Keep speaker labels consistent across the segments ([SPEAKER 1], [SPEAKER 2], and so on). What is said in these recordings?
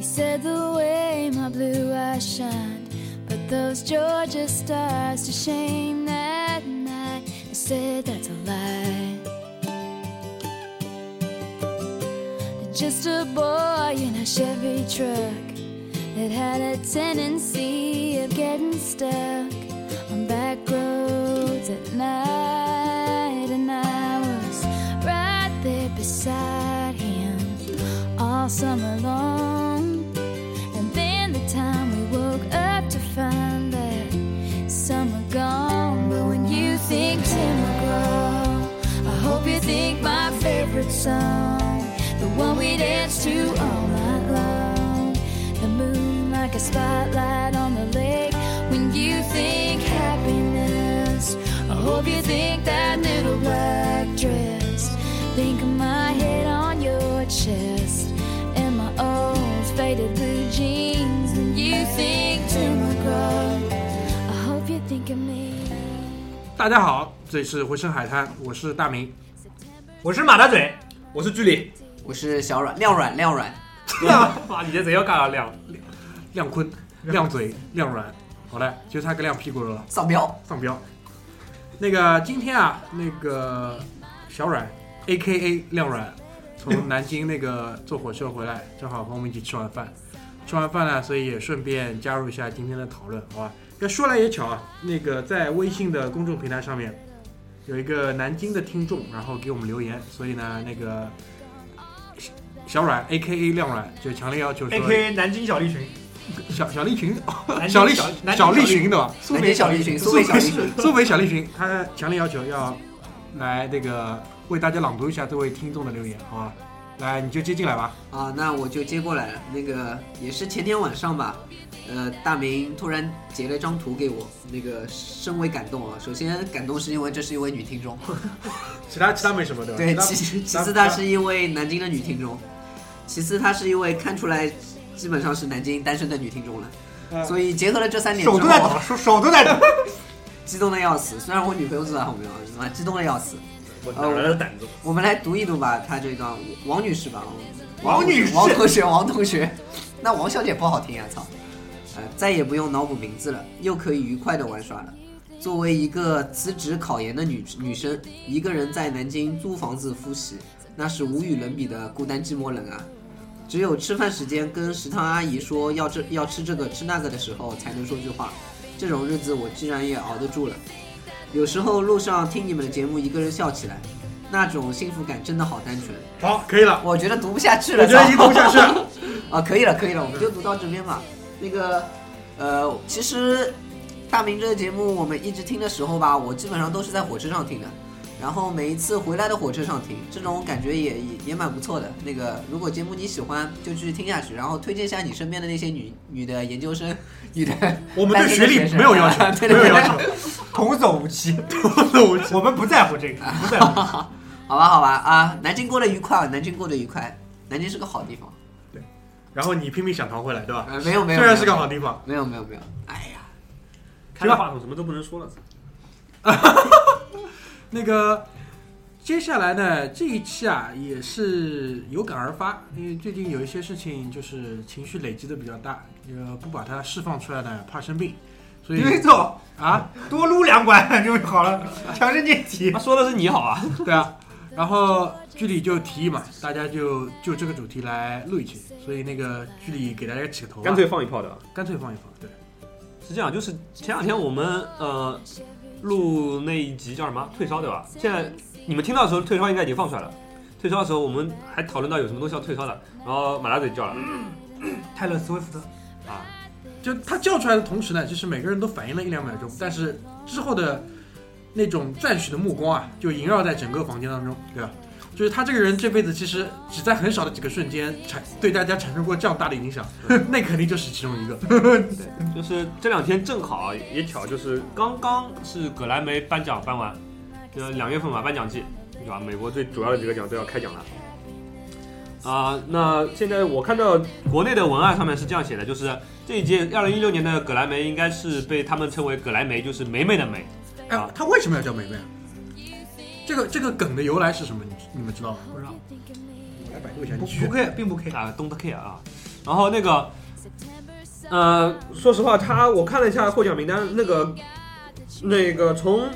[SPEAKER 1] said the way my blue eyes shined, but those Georgia stars to shame that night. I said that's a lie. Just a boy in a Chevy truck that had a tendency of getting stuck on back roads at night, and I was right there beside him all summer long. And then the time we woke up to find that some were gone. But when you think Tim McGraw, I hope you think my favorite song, the one we danced to all night long. The moon like a spotlight on the lake. When you think happiness, I hope you think that little black dress. Think of my head on your chest and my old faded blue jeans. When you think Tim McGraw, I hope you think of me.
[SPEAKER 2] 大家好，这里是回声海滩，我是大明。
[SPEAKER 3] 我是马大嘴，
[SPEAKER 4] 我是距离，
[SPEAKER 5] 我是小阮，亮阮，亮阮，
[SPEAKER 3] 哇，你这贼要干啥亮？
[SPEAKER 2] 亮坤、亮嘴、亮软，好嘞，就差个亮屁股了，
[SPEAKER 5] 上标，
[SPEAKER 2] 上标。那个今天啊，那个小阮 A K A 亮软从南京那个坐火车回来，正好和我们一起吃完饭。吃完饭呢，所以也顺便加入一下今天的讨论，好吧？要说来也巧啊，那个在微信的公众平台上面有一个南京的听众，然后给我们留言，所以呢，那个小小阮 A K A 亮软就强烈要求说
[SPEAKER 3] A K 南京小利 群，
[SPEAKER 2] 小小栗群，
[SPEAKER 3] 南京
[SPEAKER 2] 小栗
[SPEAKER 3] 南京
[SPEAKER 2] 小栗群对吧？
[SPEAKER 3] 苏
[SPEAKER 5] 南
[SPEAKER 3] 北
[SPEAKER 5] 京小栗群，苏北小栗群，
[SPEAKER 2] 苏北小栗群，他强烈要求要来这个为大家朗读一下这位听众的留言，好吧？来，你就接进来吧。
[SPEAKER 5] 啊，那我就接过来了。那个也是前天晚上吧，呃，大明突然截了一张图给我，那个深为感动啊。首先感动是因为这是一位女听众，
[SPEAKER 2] 其他其他没什么对吧？
[SPEAKER 5] 对，
[SPEAKER 2] 其
[SPEAKER 5] 其
[SPEAKER 2] 他
[SPEAKER 5] 其次她是一位南京的女听众，其次她是一位看出来基本上是南京单身的女听众了，所以结合了这三点之
[SPEAKER 3] 手都在
[SPEAKER 5] 后，
[SPEAKER 3] 抖，手手都在抖，
[SPEAKER 5] 激动的要死。虽然我女朋友坐在后面啊，他妈激动的要死。
[SPEAKER 4] 我哪来的胆子？
[SPEAKER 5] 我们来读一读吧，她这一段，王女士吧，
[SPEAKER 3] 王女士
[SPEAKER 5] 王同学，王同学， 那王小姐不好听啊，操！呃，再也不用脑补名字了，又可以愉快的玩耍了。作为一个辞职考研的女女生，一个人在南京租房子复习，那是无与伦比的孤单寂寞冷啊！只有吃饭时间跟食堂阿姨说要这要吃这个吃那个的时候，才能说句话。这种日子我居然也熬得住了。有时候路上听你们的节目，一个人笑起来，那种幸福感真的好单纯。
[SPEAKER 2] 好，可以了。
[SPEAKER 5] 我觉得读不下去了，
[SPEAKER 2] 我觉得已经
[SPEAKER 5] 操
[SPEAKER 2] 读不下去了。
[SPEAKER 5] 啊，可以了，可以了，我们就读到这边吧。那个，呃，其实大明这个节目我们一直听的时候吧，我基本上都是在火车上听的，然后每一次回来的火车上听，这种感觉也也也蛮不错的。那个，如果节目你喜欢，就继续听下去，然后推荐一下你身边的那些女女的研究生、 女的
[SPEAKER 2] 我们
[SPEAKER 5] 单
[SPEAKER 2] 对学
[SPEAKER 5] 身的
[SPEAKER 2] 历
[SPEAKER 5] 学生
[SPEAKER 2] 没有要求，
[SPEAKER 5] 对
[SPEAKER 2] 没
[SPEAKER 5] 对
[SPEAKER 2] 有
[SPEAKER 5] 对
[SPEAKER 2] 要求。
[SPEAKER 3] 童叟 无欺，童叟无欺，我们不在乎这个，不在乎。
[SPEAKER 5] 好吧，好吧啊，南京过得愉快啊，南京过得愉快，南京是个好地方。
[SPEAKER 2] 然后你拼命想逃回来，对吧？
[SPEAKER 5] 呃，没有没
[SPEAKER 2] 虽
[SPEAKER 5] 有，
[SPEAKER 2] 然是个好地方，
[SPEAKER 5] 没有没有没有，哎呀，
[SPEAKER 4] 开了话筒什么都不能说了，
[SPEAKER 2] 那个接下来呢，这一期啊也是有感而发，因为最近有一些事情就是情绪累积的比较大，呃，不把它释放出来呢，怕生病，所以
[SPEAKER 3] 没错，
[SPEAKER 2] 啊，
[SPEAKER 3] 多撸两管就好了，强身健体
[SPEAKER 4] 他。说的是你好啊，
[SPEAKER 2] 对啊，然后剧里就提议嘛，大家就就这个主题来录一期，所以那个剧里给大家起个头吧，
[SPEAKER 4] 干脆放一炮的啊。
[SPEAKER 2] 干脆放一放，对，
[SPEAKER 4] 是这样，就是前两天我们呃录那一集叫什么退烧对吧？现在你们听到的时候，退烧应该已经放出来了。退烧的时候，我们还讨论到有什么东西要退烧的，然后马大嘴叫了
[SPEAKER 3] 泰勒·斯威夫特，
[SPEAKER 4] 啊，
[SPEAKER 2] 就他叫出来的同时呢，就是每个人都反应了一两秒钟，但是之后的那种赞许的目光啊，就萦绕在整个房间当中，对吧？就是他这个人这辈子其实只在很少的几个瞬间产对大家产生过这样大的影响， 那肯定就是其中 一个。
[SPEAKER 4] 对，就是这两天正好也巧，就是刚刚是葛莱美颁奖颁完，呃，两月份嘛，颁奖季，对吧？美国最主要的几个奖都要开奖了。啊、那现在我看到国内的文案上面是这样写的，就是这一届二零一六年的葛莱美应该是被他们称为葛莱美，就是梅梅的梅。
[SPEAKER 2] 哎，他为什么要叫梅梅啊？这个这个梗的由来是什么？你你们知道吗？
[SPEAKER 3] 不知道，
[SPEAKER 2] 我来百度一下，
[SPEAKER 3] 不
[SPEAKER 2] 你继
[SPEAKER 3] 不
[SPEAKER 2] 续。
[SPEAKER 3] care，并不 care。
[SPEAKER 4] 啊，don't care 啊。然后那个，呃，说实话，他我看了一下获奖名单，那个那个从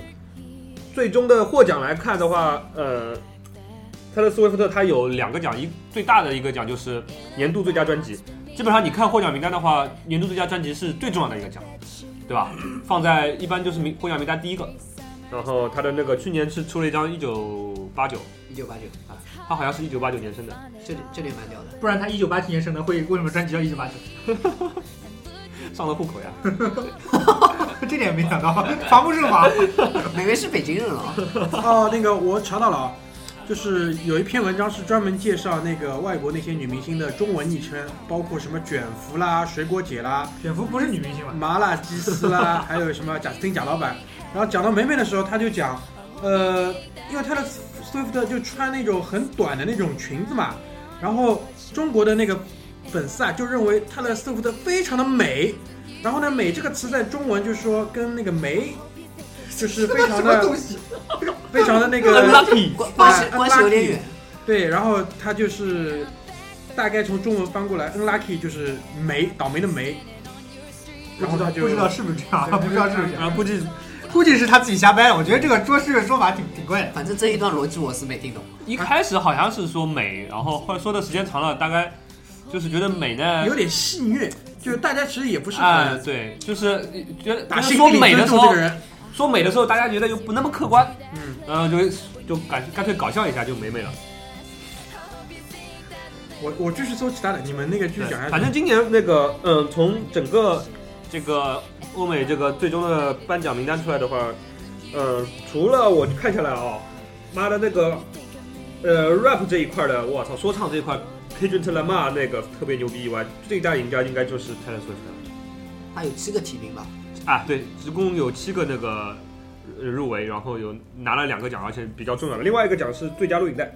[SPEAKER 4] 最终的获奖来看的话，呃，泰勒·斯威夫特他有两个奖，一最大的一个奖就是年度最佳专辑。基本上你看获奖名单的话，年度最佳专辑是最重要的一个奖，对吧？放在一般就是名获奖名单第一个。然后他的那个去年是出了一张一九八九，
[SPEAKER 5] 一九八九，
[SPEAKER 4] 他好像是一九八九年生的，
[SPEAKER 5] 这里这里蛮屌的。
[SPEAKER 3] 不然他一九八七年生的会为什么专辑叫一九八九？
[SPEAKER 4] 上了户口呀。
[SPEAKER 3] 这点没想到，防不胜防。啊
[SPEAKER 5] 美味是北京人了 啊，
[SPEAKER 2] 哦，那个我查到了啊，就是有一篇文章是专门介绍那个外国那些女明星的中文昵称，包括什么卷福啦、水果姐啦、
[SPEAKER 3] 卷福不是女明星嘛？
[SPEAKER 2] 麻辣鸡丝啦，还有什么贾斯汀贾老板。然后讲到梅梅的时候，他就讲，呃，因为他的斯威夫特就穿那种很短的那种裙子嘛，然后中国的那个粉丝啊就认为他的斯威夫特非常的美，然后呢，美这个词在中文就是说跟那个梅。就是非 常的
[SPEAKER 3] 西？
[SPEAKER 2] 非常的那个
[SPEAKER 4] Lucky，
[SPEAKER 5] 关关系关系有点远。
[SPEAKER 2] 对，然后他就是大概从中文翻过来，unlucky 就是霉，倒霉的霉。然后他就
[SPEAKER 3] 不知道是不是这样，不知道是不是这样，
[SPEAKER 4] 然后估计
[SPEAKER 3] 估计是他自己瞎掰的。我觉得这个说是说法挺挺怪的。
[SPEAKER 5] 反正这一段逻辑我是没听懂。
[SPEAKER 4] 一开始好像是说美，然后后来说的时间长了，大概就是觉得美呢
[SPEAKER 2] 有。点戏谑，就是大家其实也不是很、
[SPEAKER 4] 哎，对，就是觉得
[SPEAKER 2] 打
[SPEAKER 4] 就是
[SPEAKER 2] 心
[SPEAKER 4] 说
[SPEAKER 2] 底里
[SPEAKER 4] 美的
[SPEAKER 2] 尊
[SPEAKER 4] 时
[SPEAKER 2] 重这
[SPEAKER 4] 候
[SPEAKER 2] 个，人。
[SPEAKER 4] 说美的时候，大家觉得又不那么客观，
[SPEAKER 2] 嗯，
[SPEAKER 4] 然后就就干干脆搞笑一下就美美了。
[SPEAKER 2] 我我继续搜其他的，你们那个继续
[SPEAKER 4] 对
[SPEAKER 2] 讲下去。
[SPEAKER 4] 反正今年那个，嗯，从整个这个欧美这个最终的颁奖名单出来的话，呃，除了我看下来啊、妈的那个，呃，rap 这一块的，我操，说唱这一块 k e n d r i Lamar 那个特别牛逼以外，最大赢家应该就是 Taylor Swift
[SPEAKER 5] 他有七个提名吧？
[SPEAKER 4] 了啊，对，一共有七个那个呃入围，然后有拿了两个奖，而且比较重要的，另外一个奖是最佳录影带。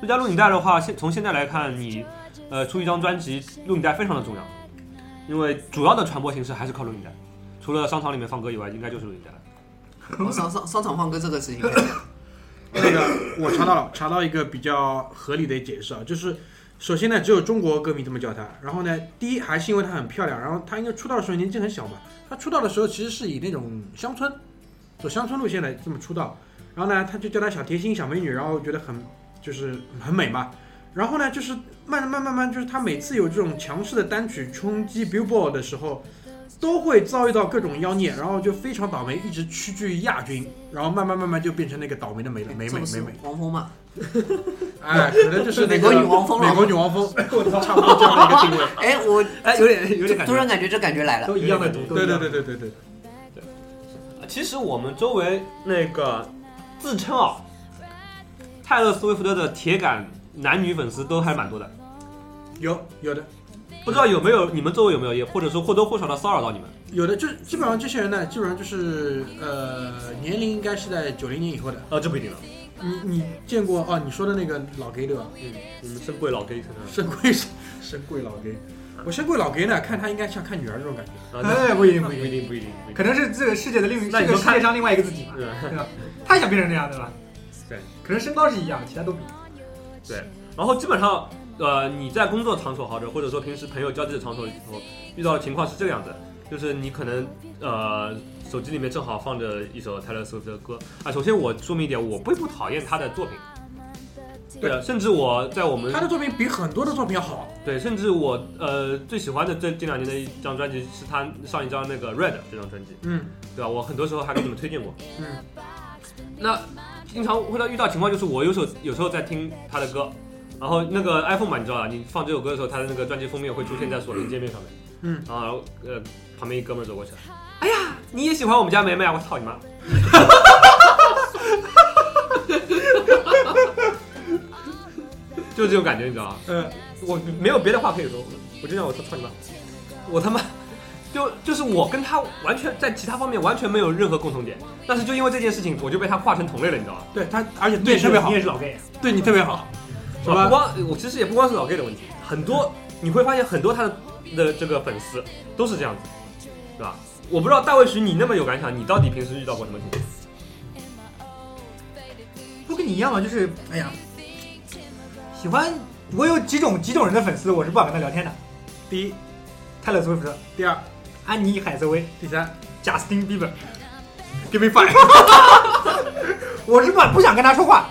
[SPEAKER 4] 最佳录影带的话，现从现在来看，你呃出一张专辑，录影带非常的重要，因为主要的传播形式还是靠录影带，除了商场里面放歌以外，应该就是录影带了。
[SPEAKER 5] 我商商商场放歌这个事情，
[SPEAKER 2] 那个我查到了，查到一个比较合理的解释啊，就是首先呢，只有中国歌迷这么叫她。然后呢，第一还是因为她很漂亮，然后她应该出道的时候年纪很小嘛，她出道的时候其实是以那种乡村走乡村路线来这么出道。然后呢，他就叫她小甜心、小美女，然后觉得很就是很美嘛。然后呢，就是慢慢慢慢，就是她每次有这种强势的单曲冲击 Billboard 的时候，都会遭遇到各种妖孽，然后就非常倒霉，一直屈居亚军，然后慢慢慢慢就变成那个倒霉的美了，美
[SPEAKER 5] 这
[SPEAKER 2] 美
[SPEAKER 5] 不
[SPEAKER 2] 美
[SPEAKER 5] 是
[SPEAKER 2] 美，
[SPEAKER 5] 王峰嘛？
[SPEAKER 2] 哎，可能就是那个
[SPEAKER 5] 美国女王风了
[SPEAKER 2] 美国女王风，差不多这样的一个定位。
[SPEAKER 5] 哎，我
[SPEAKER 4] 哎，有点有点感
[SPEAKER 5] 突
[SPEAKER 4] 觉。
[SPEAKER 5] 然感觉这感觉来了。
[SPEAKER 3] 都一样的毒，
[SPEAKER 2] 对对对对对对，
[SPEAKER 4] 其实我们周围那个自称啊、泰勒·斯威夫特的铁杆男女粉丝都还蛮多的，
[SPEAKER 2] 有有的
[SPEAKER 4] 不知道有没有你们周围有没有，也或者说或多或少的骚扰到你们？
[SPEAKER 2] 有的，就是基本上这些人呢，基本上就是呃年龄应该是在九零年以后的。
[SPEAKER 4] 呃，这不一定了，
[SPEAKER 2] 你你见过哦？你说的那个老 gay 对吧？
[SPEAKER 4] 嗯，你们深贵老 gay 可
[SPEAKER 2] 深贵深贵老 gay，我深贵老 gay 呢，看他应该像看女儿这种感觉。
[SPEAKER 4] 能啊，
[SPEAKER 3] 哎，不一定不
[SPEAKER 4] 不
[SPEAKER 3] 一
[SPEAKER 4] 一
[SPEAKER 3] 定，
[SPEAKER 4] 定不一定，不一定
[SPEAKER 3] 可能是这个世界的另一
[SPEAKER 4] 那
[SPEAKER 3] 这
[SPEAKER 4] 你
[SPEAKER 3] 个
[SPEAKER 4] 说
[SPEAKER 3] 世
[SPEAKER 4] 看
[SPEAKER 3] 界上另外一个自己吧，
[SPEAKER 4] 对
[SPEAKER 3] 对吧？他想变成这样，对吧？
[SPEAKER 4] 对，
[SPEAKER 3] 可能身高是一样，其他都不一样。
[SPEAKER 4] 对，然后基本上，呃，你在工作场所或者或者说平时朋友交际的场所里头遇到的情况是这个样子，就是你可能呃手机里面正好放着一首泰勒·斯威夫特的歌啊。首先我说明一点，我并不讨厌他的作品，对啊，甚至我在我们
[SPEAKER 2] 他的作品比很多的作品要好。
[SPEAKER 4] 对，甚至我呃最喜欢的这这两年的一张专辑是他上一张那个《Red》这张专辑，
[SPEAKER 2] 嗯，
[SPEAKER 4] 对吧？我很多时候还给你们推荐过。
[SPEAKER 2] 嗯，
[SPEAKER 4] 那经常会到遇到情况就是我有时候有时候在听他的歌，然后那个 iPhone 嘛，你知道吧？你放这首歌的时候，他的那个专辑封面会出现在锁屏界面上面。
[SPEAKER 2] 嗯，
[SPEAKER 4] 然后呃，旁边一哥们儿走过去，哎呀，你也喜欢我们家梅梅啊？我操你妈！ 就是这种感觉，你知道吗？
[SPEAKER 3] 嗯，
[SPEAKER 4] 我没有别的话可以说，我就让我操操你妈，我他妈就就是我跟他完全在其他方面完全没有任何共同点，但是就因为这件事情，我就被他划成同类了，你知道吗？
[SPEAKER 2] 对他，而且对你特别好
[SPEAKER 3] 你，也是老 gay，啊
[SPEAKER 2] 对你特别好，
[SPEAKER 4] 是
[SPEAKER 2] 好
[SPEAKER 4] 吧？不
[SPEAKER 2] 吧？
[SPEAKER 4] 光我其实也不光是老 gay 的问题，很多你会发现很多他的的这个粉丝都是这样子，对吧？我不知道大卫徐你那么有感想，你到底平时遇到过什么情况？
[SPEAKER 3] 不跟你一样嘛，就是哎呀，喜欢我有几种几种人的粉丝，我是不敢跟他聊天的。
[SPEAKER 2] 第一、
[SPEAKER 3] 泰勒·斯威夫特、
[SPEAKER 2] 第二、
[SPEAKER 3] 安妮·海瑟薇、
[SPEAKER 2] 第三
[SPEAKER 3] 贾斯汀·比伯。
[SPEAKER 2] ，Give me five。
[SPEAKER 3] 我是不不想跟他说话，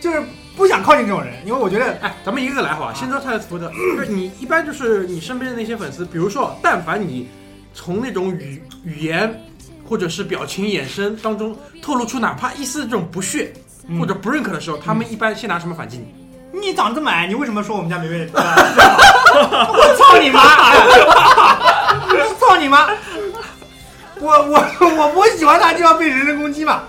[SPEAKER 3] 就是不想靠近这种人，因为我觉得
[SPEAKER 2] 哎，咱们一个个来好吧，先说泰勒·斯福特。就是你一般就是你身边的那些粉丝，比如说，但凡你从那种语语言或者是表情、眼神当中透露出哪怕一丝这种不屑
[SPEAKER 3] 嗯
[SPEAKER 2] 或者不认可的时候，他们一般先拿什么反击你？
[SPEAKER 3] 你长这么矮，你为什么说我们家梅梅？我操你妈！我操你妈！我我我不喜欢他就要被人身攻击嘛！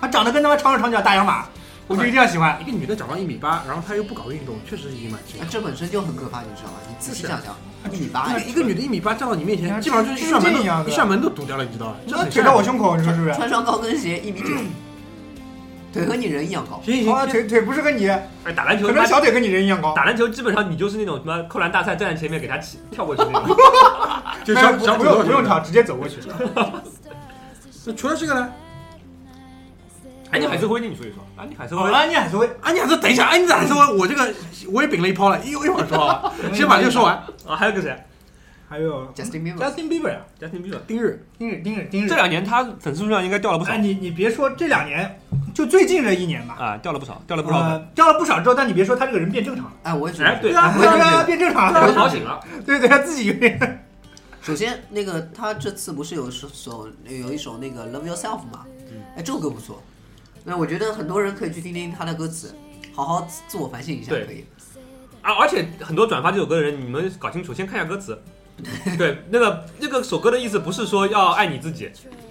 [SPEAKER 3] 他长得跟他妈长手长脚大洋马，我就一定要喜欢。
[SPEAKER 2] 一个女的长到一米八，然后她又不搞运动，确实已经蛮奇怪
[SPEAKER 5] 啊，。这本身就很可怕，你知道吗？
[SPEAKER 4] 啊
[SPEAKER 5] 你仔细想想，一米八，
[SPEAKER 2] 一个女的一米八站到你面前，
[SPEAKER 3] 哎
[SPEAKER 2] 基本上就是一扇门
[SPEAKER 3] 这样
[SPEAKER 2] 都
[SPEAKER 3] 子
[SPEAKER 2] 一扇门都堵掉了，你知道吧？这
[SPEAKER 3] 那
[SPEAKER 2] 很
[SPEAKER 3] 腿到我
[SPEAKER 2] 吓人
[SPEAKER 3] 胸口，你说是不
[SPEAKER 4] 啊
[SPEAKER 3] 是？
[SPEAKER 5] 穿双高跟鞋一米九，腿和你人一样高。
[SPEAKER 2] 行
[SPEAKER 3] 好啊
[SPEAKER 2] 行
[SPEAKER 3] 像
[SPEAKER 2] 行，
[SPEAKER 3] 腿腿不是跟你，
[SPEAKER 4] 哎，打篮球
[SPEAKER 3] 可能小腿跟你人一样高。
[SPEAKER 4] 打篮球基本上你就是那种什么扣篮大赛站在前面给他起跳过去那 种。
[SPEAKER 2] 就
[SPEAKER 3] 没有
[SPEAKER 2] 小
[SPEAKER 3] 不
[SPEAKER 2] 小
[SPEAKER 3] 不
[SPEAKER 2] 土
[SPEAKER 3] 用
[SPEAKER 2] 豆
[SPEAKER 3] 不用跳，直接走过去。
[SPEAKER 2] 那除了这个呢？
[SPEAKER 4] 安妮海瑟薇，你说一说，安妮海瑟
[SPEAKER 3] 好
[SPEAKER 4] 薇，
[SPEAKER 3] 了，你还是会
[SPEAKER 2] 安妮还说等一下，安妮还说我这个我也秉了一抛了，一一会儿说 啊，先把这个说完。
[SPEAKER 4] 啊，还有个谁
[SPEAKER 3] 还有
[SPEAKER 5] Justin Bieber，
[SPEAKER 3] Justin Bieber 呀，
[SPEAKER 4] ？Justin Bieber。啊
[SPEAKER 2] 丁日，
[SPEAKER 3] 丁日丁日丁日
[SPEAKER 4] 这。两年他粉丝数量应该掉了不少
[SPEAKER 3] 哎，你你别说这两年，就最近这一年吧，
[SPEAKER 4] 啊，掉了不少，掉了不少
[SPEAKER 3] 呃，掉了不少之后，但你别说他这个人变正常了。
[SPEAKER 5] 哎，我也觉
[SPEAKER 4] 哎，
[SPEAKER 5] 得。
[SPEAKER 4] 对，
[SPEAKER 3] 啊，
[SPEAKER 5] 我也觉得
[SPEAKER 3] 他变正常
[SPEAKER 4] 他
[SPEAKER 2] 啊
[SPEAKER 3] 了，
[SPEAKER 4] 吵醒了。
[SPEAKER 3] 对对，他啊自己有点
[SPEAKER 5] 首先，那个他这次不是有首首有一首那个 Love Yourself 嘛？
[SPEAKER 2] 嗯
[SPEAKER 5] 哎，这首歌不错。那我觉得很多人可以去听听他的歌词，好好自我反省一下，
[SPEAKER 4] 对
[SPEAKER 5] 可以。
[SPEAKER 4] 啊，而且很多转发这首歌的人，你们搞清楚，先看一下歌词。对，那个那个首歌的意思不是说要爱你自己，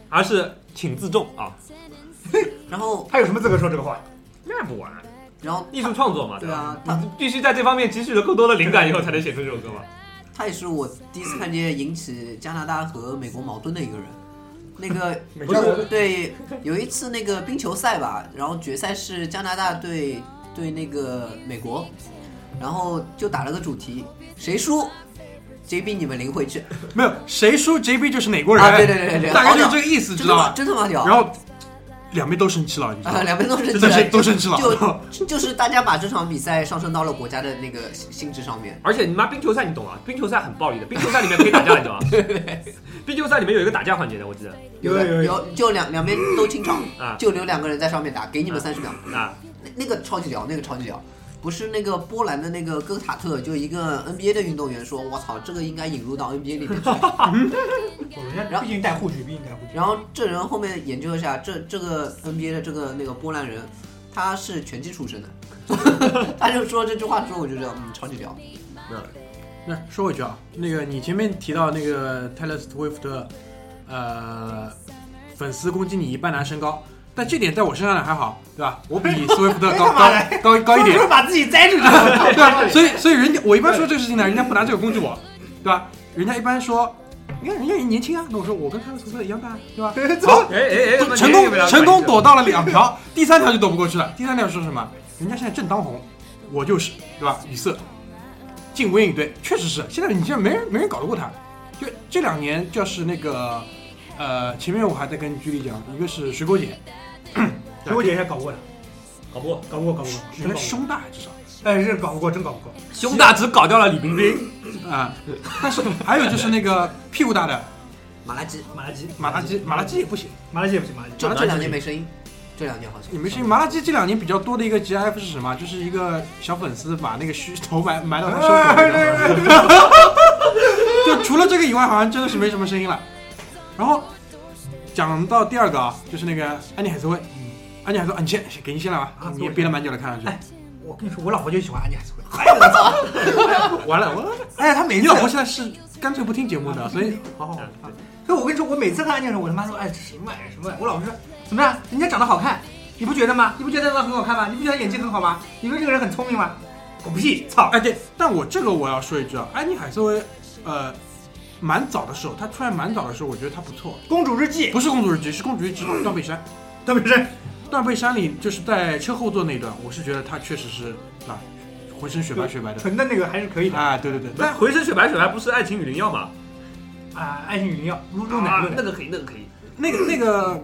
[SPEAKER 4] 而是请自重啊，
[SPEAKER 5] 然后，
[SPEAKER 3] 他有什么资格说这个话？
[SPEAKER 4] 那不玩，
[SPEAKER 5] 然后
[SPEAKER 4] 艺术创作嘛，
[SPEAKER 5] 对
[SPEAKER 4] 吧？
[SPEAKER 5] 啊，他
[SPEAKER 4] 你必须在这方面汲取了更多的灵感以后，才能写出这首歌嘛。
[SPEAKER 5] 他也是我第一次看见引起加拿大和美国矛盾的一个人。那个
[SPEAKER 2] 国矛盾
[SPEAKER 5] 对，有一次那个冰球赛吧，然后决赛是加拿大对对那个美国，然后就打了个主题，谁输，JB 你们领回去。
[SPEAKER 2] 没有谁输 JB 就是哪国人，
[SPEAKER 5] 啊对对对对对
[SPEAKER 2] 大概就是这个意思，知
[SPEAKER 5] 真他
[SPEAKER 2] 道
[SPEAKER 5] 妈
[SPEAKER 2] 吧？
[SPEAKER 5] 真他妈屌！
[SPEAKER 2] 然后两边都生气了，你知道
[SPEAKER 5] 啊，
[SPEAKER 2] 吗？
[SPEAKER 5] 两边都是
[SPEAKER 2] 真的是都生气了，
[SPEAKER 5] 就就是大家把这场比赛上升到了国家的那个性质上面。
[SPEAKER 4] 而且你妈冰球赛你懂啊，冰球赛很暴力的，冰球赛里面可以打架，你懂吗？冰球赛里面有一个打架环节的，我记得
[SPEAKER 3] 有有有
[SPEAKER 5] 有就两两边都清场
[SPEAKER 4] 啊，
[SPEAKER 5] 就留两个人在上面打，给你们
[SPEAKER 4] 啊
[SPEAKER 5] 三十秒。
[SPEAKER 4] 啊，
[SPEAKER 5] 那那个超级屌，那个超级屌，不是那个波兰的那个哥塔特，就一个嗯 NBA 的运动员说：“我操，这个应该引入到 NBA 里面 去。
[SPEAKER 3] 我人家毕竟带护具，毕竟带护”具。
[SPEAKER 5] 然后这人后面研究一下，这这个 NBA 的这个那个波兰人，他是拳击出身 的。他就说这句话之后，我就觉得嗯，超级屌。
[SPEAKER 2] 那说回去啊，那个你前面提到那个泰勒·斯威夫特，呃，粉丝攻击你一半拿身高，但这点在我身上呢还好，对吧？我比斯威夫特 高
[SPEAKER 3] 干嘛嘞
[SPEAKER 2] 高高高一点
[SPEAKER 3] 就，是把自己 栽出去了。
[SPEAKER 2] 对啊，所以所以人家我一般说这个事情呢，人家不拿这个攻击我，对吧？人家一般说，你看人家也年轻啊，那我说我跟泰勒·斯威夫特一样大啊，对吧？
[SPEAKER 3] 走，
[SPEAKER 4] 哎哎哎，
[SPEAKER 2] 成功成功躲到了两条，第三条就躲不过去了。第三条说什么？人家现在正当红，我就是，对吧？语塞，进无影队，确实是。现在你现在没人没人搞得过他。就这两年，就是那个，呃，前面我还在跟居里讲，一个是水果姐，
[SPEAKER 3] 水果姐也搞不过他，
[SPEAKER 4] 搞不过，
[SPEAKER 3] 搞不过，搞不过，
[SPEAKER 2] 原来胸大至少
[SPEAKER 3] 但是搞不过，真搞不过。
[SPEAKER 4] 胸大只搞掉了李冰冰，
[SPEAKER 2] 啊、但是还有就是那个屁股大的
[SPEAKER 5] 马拉基，
[SPEAKER 3] 马拉基，
[SPEAKER 2] 马拉基，马拉基也不行。
[SPEAKER 3] 马拉基也不行，马拉基。
[SPEAKER 5] 这
[SPEAKER 2] 马拉基
[SPEAKER 5] 这两年没声音，这两年好像
[SPEAKER 2] 你们是马拉基这两年比较多的一个 GIF 是什么？就是一个小粉丝把那个须头埋埋到他胸口
[SPEAKER 3] 哎
[SPEAKER 2] 里面。就除了这个以外，好像真的是没什么声音了。然后讲到第二个啊，就是那个安妮海瑟薇，安妮海瑟薇，啊你先给你先来吧
[SPEAKER 3] 啊，
[SPEAKER 2] 你也憋了蛮久了，看上
[SPEAKER 3] 哎
[SPEAKER 2] 去。
[SPEAKER 3] 我跟你说，我老婆就喜欢安妮海瑟薇。
[SPEAKER 2] 完了，我
[SPEAKER 3] 哎，她每
[SPEAKER 2] 你
[SPEAKER 3] 次啊
[SPEAKER 2] 老婆现在是干脆不听节目的，所以
[SPEAKER 3] 好好好。所以我跟你说，我每次看安妮海瑟薇，我他妈说，哎，这什么玩意儿，什么玩意儿？我老婆说，怎么样？人家长得好看，你不觉得吗？你不觉得她很好看吗？你不觉得演技很好吗？你说这个人很聪明吗？狗屁！操！
[SPEAKER 2] 哎对，但我这个我要说一句啊，安妮海瑟薇，呃，蛮早的时候，她出来蛮早的时候，我觉得她不错，
[SPEAKER 3] 公主日记，
[SPEAKER 2] 不是公主日记，是公主日记断背山。
[SPEAKER 3] 特别是
[SPEAKER 2] 断背山里就是在车后座那一段，我是觉得他确实是啊，浑身雪白雪白的。
[SPEAKER 3] 纯的那个还是可以的
[SPEAKER 2] 啊，对对对，
[SPEAKER 4] 那
[SPEAKER 2] 但
[SPEAKER 4] 浑身雪白雪白不是爱情雨灵药吗？
[SPEAKER 3] 啊。爱情与灵药，露露奶，
[SPEAKER 4] 啊
[SPEAKER 3] 露，奶
[SPEAKER 4] 那。个可以，那个可以。
[SPEAKER 2] 那个那个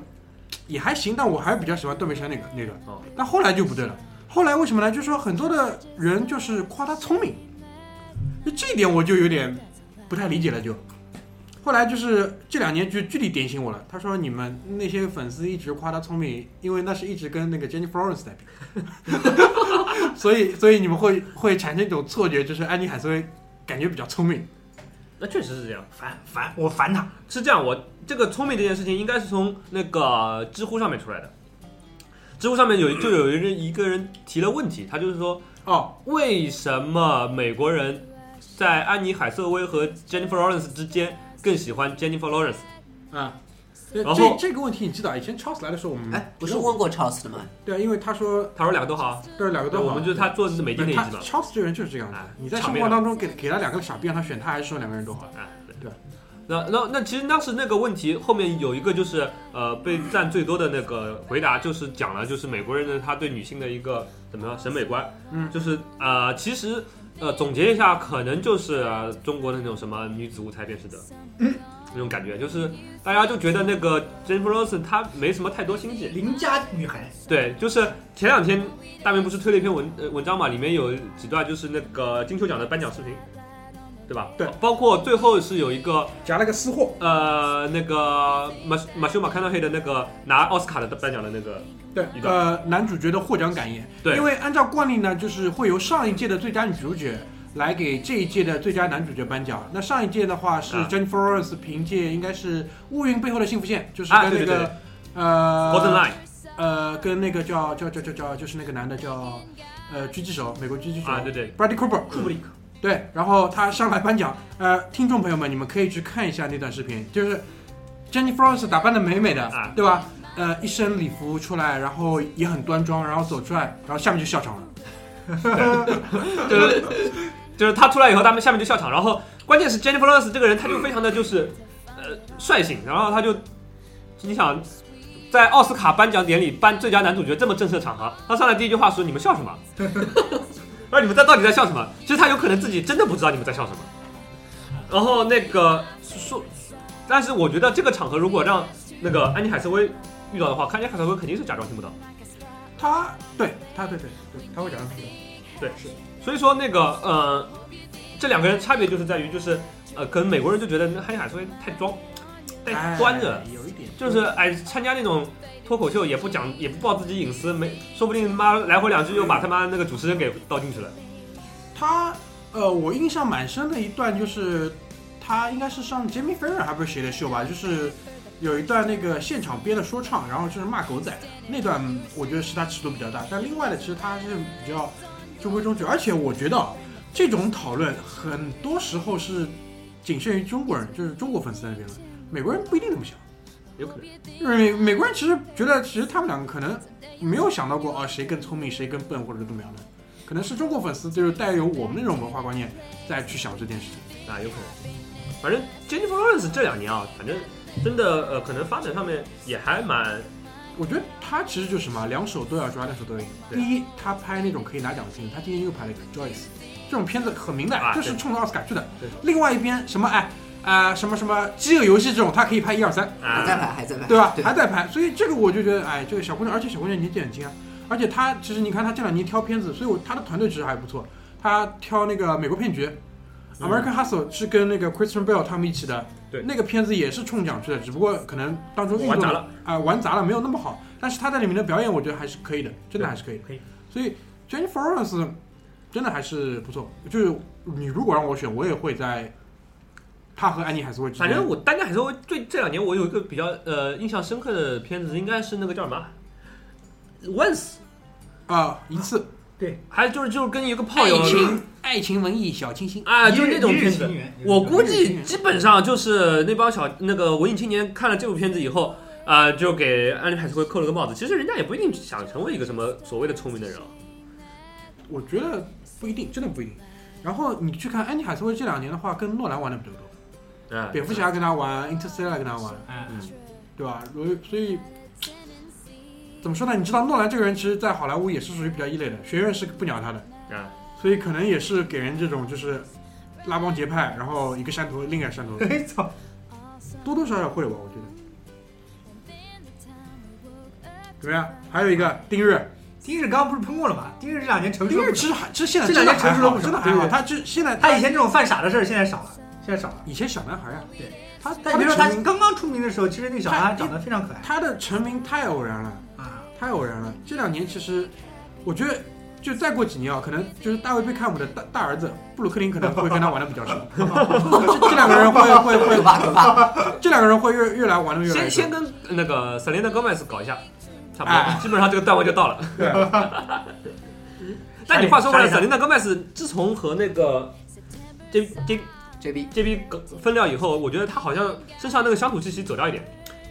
[SPEAKER 2] 也还行，但我还是比较喜欢断背山那个那段。
[SPEAKER 4] 哦
[SPEAKER 2] 但后来就不对了，后来为什么呢？就是说很多的人就是夸他聪明，就这一点我就有点不太理解了就。后来就是这两年就具体点醒我了，他说你们那些粉丝一直夸他聪明，因为那是一直跟那个 Jennifer Lawrence 在比， 所以所以你们会会产生一种错觉，就是安妮海瑟薇感觉比较聪明。
[SPEAKER 4] 那确实是这样，哎
[SPEAKER 3] 烦烦，我烦他。
[SPEAKER 4] 是这样。我这个聪明这件事情应该是从那个知乎上面出来的。知乎上面有就有一个人一个人提了问题，他就是说
[SPEAKER 2] 哦，
[SPEAKER 4] 为什么美国人在安妮海瑟薇和 Jennifer Lawrence 之间更喜欢 Jennifer Lawrence？
[SPEAKER 2] 啊，这
[SPEAKER 4] 然后
[SPEAKER 2] 这这个问题你知道，以前 Charles 来的时候我们
[SPEAKER 5] 哎，不是问过 Charles 的吗？
[SPEAKER 2] 对啊，因为他说
[SPEAKER 4] 他说两个都好啊，
[SPEAKER 2] 这两个
[SPEAKER 4] 对，
[SPEAKER 2] 都好，
[SPEAKER 4] 我们就是他做的是美
[SPEAKER 2] 不
[SPEAKER 4] 金
[SPEAKER 2] 是
[SPEAKER 4] 那一
[SPEAKER 2] 他
[SPEAKER 4] 集嘛。
[SPEAKER 2] Charles 这个人就是这样子
[SPEAKER 4] 哎，
[SPEAKER 2] 你在
[SPEAKER 4] 场
[SPEAKER 2] 生
[SPEAKER 4] 面
[SPEAKER 2] 活
[SPEAKER 4] 上
[SPEAKER 2] 当中给给他两个傻逼让他选，他还是说两个人都好。
[SPEAKER 4] 啊，
[SPEAKER 2] 对。
[SPEAKER 4] 那那那其实当时那个问题后面有一个就是呃被赞最多的那个回答就是讲了就是美国人的他对女性的一个怎么样审美观，
[SPEAKER 2] 嗯
[SPEAKER 4] 就是呃其实呃总结一下可能就是、呃中国的那种什么女子无才便是德，那种感觉就是大家就觉得那个 Jennifer Lawrence 她没什么太多心计，
[SPEAKER 3] 邻家女孩，
[SPEAKER 4] 对，就是前两天大明不是推了一篇文呃文章嘛，里面有几段就是那个金球奖的颁奖视频，对吧？
[SPEAKER 2] 对，
[SPEAKER 4] 包括最后是有一个
[SPEAKER 2] 夹了个私货，
[SPEAKER 4] 呃那个马马修马康纳黑的那个拿奥斯卡的颁奖的那个，
[SPEAKER 2] 对
[SPEAKER 4] 一，段
[SPEAKER 2] 呃，男主角的获奖感言。
[SPEAKER 4] 对
[SPEAKER 2] 因为按照惯例呢，就是会由上一届的最佳女主角来给这一届的最佳男主角颁奖。那上一届的话是
[SPEAKER 4] 啊
[SPEAKER 2] Jennifer Lawrence 凭借应该是《乌云背后的幸福线》，就是
[SPEAKER 4] 啊
[SPEAKER 2] 跟
[SPEAKER 4] 对
[SPEAKER 2] 那
[SPEAKER 4] 对
[SPEAKER 2] 个、
[SPEAKER 4] Golden
[SPEAKER 2] 呃
[SPEAKER 4] Line，
[SPEAKER 2] 呃跟那个叫叫叫叫叫就是那个男的叫呃狙击手，美国狙击手、
[SPEAKER 4] 啊对对
[SPEAKER 2] Bradley Cooper
[SPEAKER 3] 库布里克。
[SPEAKER 2] 对，然后他上来颁奖，呃，听众朋友们，你们可以去看一下那段视频，就是 Jennifer Lawrence 打扮的美美的，
[SPEAKER 4] 啊
[SPEAKER 2] 对吧？呃，一身礼服出来，然后也很端庄，然后走出来，然后下面就笑场了。
[SPEAKER 4] 就是就是他出来以后，他们下面就笑场。然后关键是 Jennifer Lawrence 这个人，他就非常的就是呃率性，然后他就你想在奥斯卡颁奖典礼颁最佳男主角这么正式的场合，他上来第一句话说：“你们笑什么？” 而你们在到底在笑什么？其实他有可能自己真的不知道你们在笑什么。然后那个说，但是我觉得这个场合如果让那个安妮海瑟薇遇到的话，安妮海瑟薇肯定是假装听不到。
[SPEAKER 2] 他对他对对对，他会讲的挺
[SPEAKER 4] 所以说那个呃，这两个人差别就是在于，就是呃，可能美国人就觉得那汉尼海瑟薇太装，太端着，
[SPEAKER 2] 哎有一点
[SPEAKER 4] 就是哎参加那种脱口秀也不讲，也不报自己隐私，没说不定妈来回两句又把他妈那个主持人给倒进去了。
[SPEAKER 2] 他呃，我印象蛮深的一段就是他应该是上 Jimmy Fallon 还不是谁的秀吧，就是有一段那个现场编的说唱，然后就是骂狗仔的那段，我觉得是他尺度比较大。但另外的其实他是比较中规中矩，而且我觉得啊这种讨论很多时候是仅限于中国人，就是中国粉丝那边的，美国人不一定这么想。
[SPEAKER 4] 有可能，
[SPEAKER 2] 因为美美国人其实觉得，其实他们两个可能没有想到过啊，谁更聪明，谁更笨，或者是怎么样的，可能是中国粉丝就是带有我们那种文化观念再去想这件事情。
[SPEAKER 4] 啊，有可能。反正 Jennifer Lawrence 这两年啊，反正真的呃，可能发展上面也还蛮
[SPEAKER 2] 我觉得他其实就是什么，两手都要抓，两手都要赢。
[SPEAKER 4] 对啊
[SPEAKER 2] 第一，他拍那种可以拿奖的片子，他今天又拍了一个 Joyce，这种片子很明的，
[SPEAKER 4] 啊
[SPEAKER 2] 就是
[SPEAKER 4] 对
[SPEAKER 2] 冲着奥斯卡去的
[SPEAKER 4] 对。
[SPEAKER 2] 另外一边什么哎啊、什么什么饥饿游戏这种，他可以拍一二三，
[SPEAKER 5] 还在
[SPEAKER 4] 啊，
[SPEAKER 5] 拍，还在拍，
[SPEAKER 2] 对吧？
[SPEAKER 5] 对
[SPEAKER 2] 还，在拍，所以这个我就觉得，哎，这个小姑娘，而且小姑娘年纪很轻啊，而且她其实你看她这两年挑片子，所以我她的团队其实还不错，她挑那个美国骗局。
[SPEAKER 4] 嗯
[SPEAKER 2] American Hustle 是跟那个 Christian Bale 他们一起的，
[SPEAKER 4] 对
[SPEAKER 2] 那个片子也是冲奖去的，只不过可能当中运
[SPEAKER 4] 玩
[SPEAKER 2] 动
[SPEAKER 4] 砸
[SPEAKER 2] 的
[SPEAKER 4] 了
[SPEAKER 2] 啊、玩砸了没有那么好，但是她在里面的表演我觉得还是可以的，真的
[SPEAKER 4] 对
[SPEAKER 2] 还是可以的。
[SPEAKER 4] 可以
[SPEAKER 2] 所以 Jennifer Lawrence 真的还是不错，就是你如果让我选，我也会在她和安妮海瑟薇之间。
[SPEAKER 4] 反正我丹尼海瑟薇对这两年我有一个比较呃印象深刻的片子，应该是那个叫什么？Once。
[SPEAKER 2] 啊、一次
[SPEAKER 4] 还有就是就是跟一个炮友
[SPEAKER 2] 爱情文艺小清新，
[SPEAKER 4] 啊，就是那种
[SPEAKER 3] 一日
[SPEAKER 4] 片
[SPEAKER 3] 情
[SPEAKER 4] 子。
[SPEAKER 3] 缘
[SPEAKER 4] 我估计基本上就是那帮小那个文艺青年看了这部片子以后，啊、就给安利海瑟薇扣了个帽子。其实人家也不一定想成为一个什么所谓的聪明的人啊。
[SPEAKER 2] 我觉得不一定，真的不一定。然后你去看安妮海瑟薇这两年的话，跟诺兰玩的比较多，
[SPEAKER 4] 嗯，
[SPEAKER 2] 蝙蝠侠跟他玩，Interstellar 跟他玩，
[SPEAKER 3] 嗯，
[SPEAKER 2] 对吧？所以所以怎么说呢？你知道诺兰这个人，其实在好莱坞也是属于比较异类的，学院是不鸟他的，
[SPEAKER 4] 啊，
[SPEAKER 2] 所以可能也是给人这种就是拉帮结派，然后一个山头另一个山头，
[SPEAKER 3] 哎操，
[SPEAKER 2] 多多少少会有吧，我觉得。怎么样？还有一个丁日，
[SPEAKER 3] 丁日刚不是喷过了吗？丁日这两年成熟
[SPEAKER 2] 丁
[SPEAKER 3] 了
[SPEAKER 2] 日
[SPEAKER 3] 不少，
[SPEAKER 2] 其实还，这现在
[SPEAKER 3] 这两
[SPEAKER 2] 真的
[SPEAKER 3] 年
[SPEAKER 2] 还
[SPEAKER 3] 成熟了
[SPEAKER 2] 好，
[SPEAKER 3] 不少
[SPEAKER 2] 真的还好。
[SPEAKER 3] 对对
[SPEAKER 2] 他这现在
[SPEAKER 3] 他以前这种犯傻的事儿现在少了，现在少了。
[SPEAKER 2] 以前小男孩呀，啊
[SPEAKER 3] 对，
[SPEAKER 2] 他
[SPEAKER 3] 但你别说他
[SPEAKER 2] 成名
[SPEAKER 3] 刚刚出名的时候，其实那个小男孩长得非常可爱
[SPEAKER 2] 他的成名太偶然了，
[SPEAKER 3] 啊。
[SPEAKER 2] 太偶然了。这两年其实，我觉得就再过几年啊，可能就是大卫贝克汉姆的大大儿子布鲁克林可能会跟他玩的比 较熟，这这两个人会会
[SPEAKER 5] 可
[SPEAKER 2] 会，
[SPEAKER 5] 怕可怕！
[SPEAKER 2] 这两个人会越越来玩的越来
[SPEAKER 4] 先
[SPEAKER 2] 越
[SPEAKER 4] 先
[SPEAKER 2] 熟。
[SPEAKER 4] 跟那个 Selena Gomez 搞一下，差不
[SPEAKER 2] 哎
[SPEAKER 4] 多，基本上这个段位就到了。
[SPEAKER 2] 对，啊
[SPEAKER 4] 但你话说回来
[SPEAKER 3] 啥意
[SPEAKER 4] ，Selena Gomez 自从和那个 J J
[SPEAKER 5] JB
[SPEAKER 4] J B 分掉以后，我觉得他好像身上那个乡土气息走掉一点。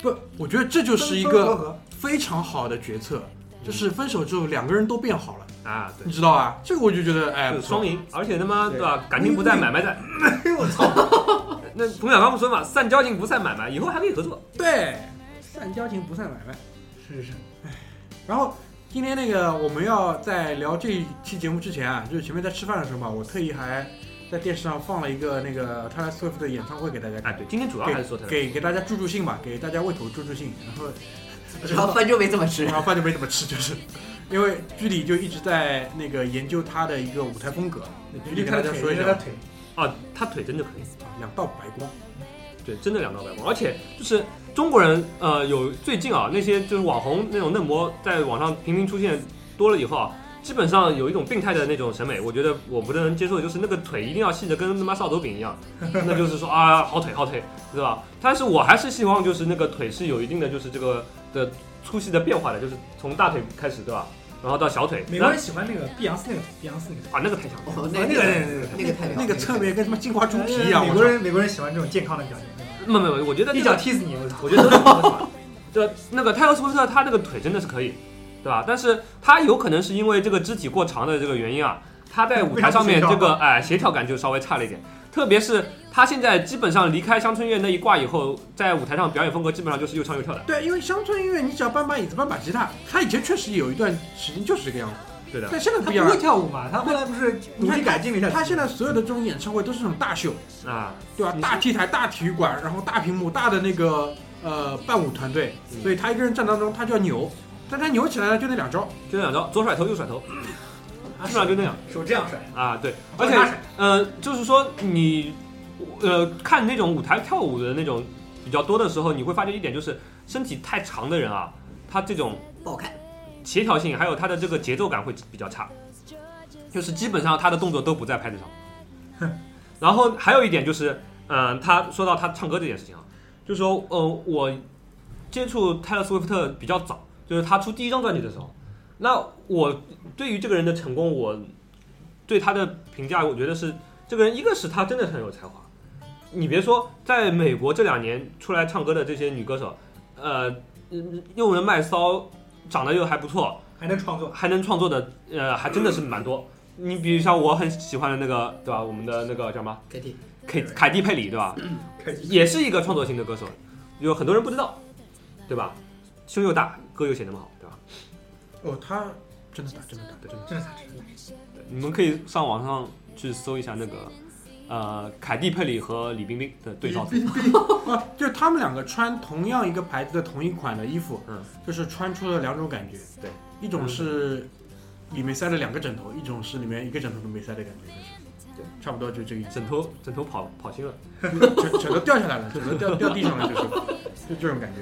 [SPEAKER 2] 不，我觉得这就是一个非常好的决策，就是分手之后两个人都变好了，
[SPEAKER 4] 啊，
[SPEAKER 2] 你
[SPEAKER 4] 对，
[SPEAKER 2] 知道吧？这个我就觉得哎，
[SPEAKER 4] 就
[SPEAKER 2] 不
[SPEAKER 4] 是
[SPEAKER 2] 错
[SPEAKER 4] 双赢，而且他妈
[SPEAKER 3] 对
[SPEAKER 4] 对吧？感情不在，买卖在。
[SPEAKER 3] 我操！
[SPEAKER 4] 那冯小刚不说嘛，散交情不散买卖，以后还可以合作。
[SPEAKER 2] 对，散交情不散买卖。
[SPEAKER 3] 是是，
[SPEAKER 2] 然后今天那个我们要在聊这一期节目之前啊，就是前面在吃饭的时候嘛，我特意还在电视上放了一个那个 Taylor Swift 的演唱会给大家
[SPEAKER 4] 哎，
[SPEAKER 2] 看，
[SPEAKER 4] 对，今天主要还是说他。
[SPEAKER 2] 给给大家助助兴吧，给大家胃口助助兴。然后
[SPEAKER 5] 然后饭就没怎么吃
[SPEAKER 2] 然，后饭就没怎么吃，就是因为剧里就一直在那个研究他的一个舞台风格。那剧里跟大家说一
[SPEAKER 3] 他
[SPEAKER 2] 下，
[SPEAKER 3] 腿，
[SPEAKER 4] 哦，他腿真的可以，
[SPEAKER 2] 两道白光，
[SPEAKER 4] 对，真的两道白光，而且就是中国人，呃，有最近啊，那些就是网红那种嫩模在网上频频出现多了以后啊，基本上有一种病态的那种审美，我觉得我不能接受，就是那个腿一定要细的跟他妈扫帚柄一样， 那就是说啊，好腿好腿，对吧？但是我还是希望就是那个腿是有一定的就是这个的粗细的变化的，就是从大腿开始，对吧？然后到小腿，
[SPEAKER 3] 美国人喜欢那个碧昂斯那个腿，碧昂斯那个腿。
[SPEAKER 4] 啊，那个太强了。
[SPEAKER 5] 哦
[SPEAKER 3] 那
[SPEAKER 5] 那
[SPEAKER 3] 个那个
[SPEAKER 5] 那个太屌
[SPEAKER 2] 那
[SPEAKER 5] 了
[SPEAKER 2] 个侧面跟他妈金花猪皮一样。啊
[SPEAKER 3] 美
[SPEAKER 2] 我
[SPEAKER 3] 国
[SPEAKER 2] 操
[SPEAKER 3] 人哎美国人喜欢这种健康的表现，
[SPEAKER 4] 没有没有，我觉得这
[SPEAKER 3] 一
[SPEAKER 4] 个
[SPEAKER 3] 脚踢死你！ 我操！
[SPEAKER 4] 我觉得都是好的款。对，那个泰勒·斯威夫特他那个腿真的是可以，对吧？但是他有可能是因为这个肢体过长的这个原因啊，他在舞台上面这个哎协调感就稍微差了一点。特别是他现在基本上离开乡村乐那一挂以后，在舞台上表演风格基本上就是又唱又跳的。
[SPEAKER 2] 对，因为乡村音乐，你只要搬把椅子、搬把吉他，他以前确实有一段时间就是这个样子，
[SPEAKER 4] 对的，
[SPEAKER 2] 但现在
[SPEAKER 3] 他
[SPEAKER 2] 不一样
[SPEAKER 3] 不会
[SPEAKER 2] 了。
[SPEAKER 3] 跳舞嘛？他后来不是努力改进了一下。
[SPEAKER 2] 他现在所有的这种演唱会都是那种大秀，
[SPEAKER 4] 啊，
[SPEAKER 2] 对吧？
[SPEAKER 4] 你是
[SPEAKER 2] 大 T 台、大体育馆，然后大屏幕、大的那个呃伴舞团队，
[SPEAKER 4] 嗯
[SPEAKER 2] 所以他一个人站当中，他就要扭，但他扭起来呢，就那两招，
[SPEAKER 4] 就那两招，左甩头右甩头，基本上就那样
[SPEAKER 3] 手这样甩，
[SPEAKER 4] 啊。对，而
[SPEAKER 3] 而
[SPEAKER 4] 且
[SPEAKER 3] 且
[SPEAKER 4] 呃，就是说你呃看那种舞台跳舞的那种比较多的时候，你会发觉一点就是身体太长的人啊，他这种
[SPEAKER 5] 不好看。
[SPEAKER 4] 协调性，还有他的这个节奏感会比较差，就是基本上他的动作都不在拍子上。然后还有一点就是，嗯、他说到他唱歌这件事情啊，就说，呃，我接触泰勒·斯威夫特比较早，就是他出第一张专辑的时候，那我对于这个人的成功，我对他的评价，我觉得是这个人，一个是他真的很有才华，你别说，在美国这两年出来唱歌的这些女歌手，呃，嗯又能卖骚，长得又还不错，
[SPEAKER 3] 还能创作，
[SPEAKER 4] 还能创作的，呃，还真的是蛮多。你比如像我很喜欢的那个，对吧？我们的那个叫什么？
[SPEAKER 5] k T，
[SPEAKER 4] 凯凯蒂佩里，对吧？
[SPEAKER 3] 开机
[SPEAKER 4] 也是一个创作型的歌手，有很多人不知道，对吧？胸又大，歌又写那么好，对吧？
[SPEAKER 2] 哦，他真的打，真的打，真的
[SPEAKER 3] 真的太真的
[SPEAKER 4] 对你们可以上网上去搜一下那个，呃，凯蒂佩里和李冰冰的对照组，
[SPEAKER 2] 打， 啊，就是他们两个穿同样一个牌子的同一款的衣服，
[SPEAKER 4] 嗯，
[SPEAKER 2] 就是穿出了两种感觉，
[SPEAKER 4] 对，
[SPEAKER 2] 一种是里面塞了两个枕头，一种是里面一个枕头都没塞的感觉，就是，
[SPEAKER 4] 对，
[SPEAKER 2] 差不多就这个 意思。
[SPEAKER 4] 枕头枕头跑跑心了。
[SPEAKER 2] 枕枕头掉下来了，枕头掉掉地上了，就是，就这种感觉。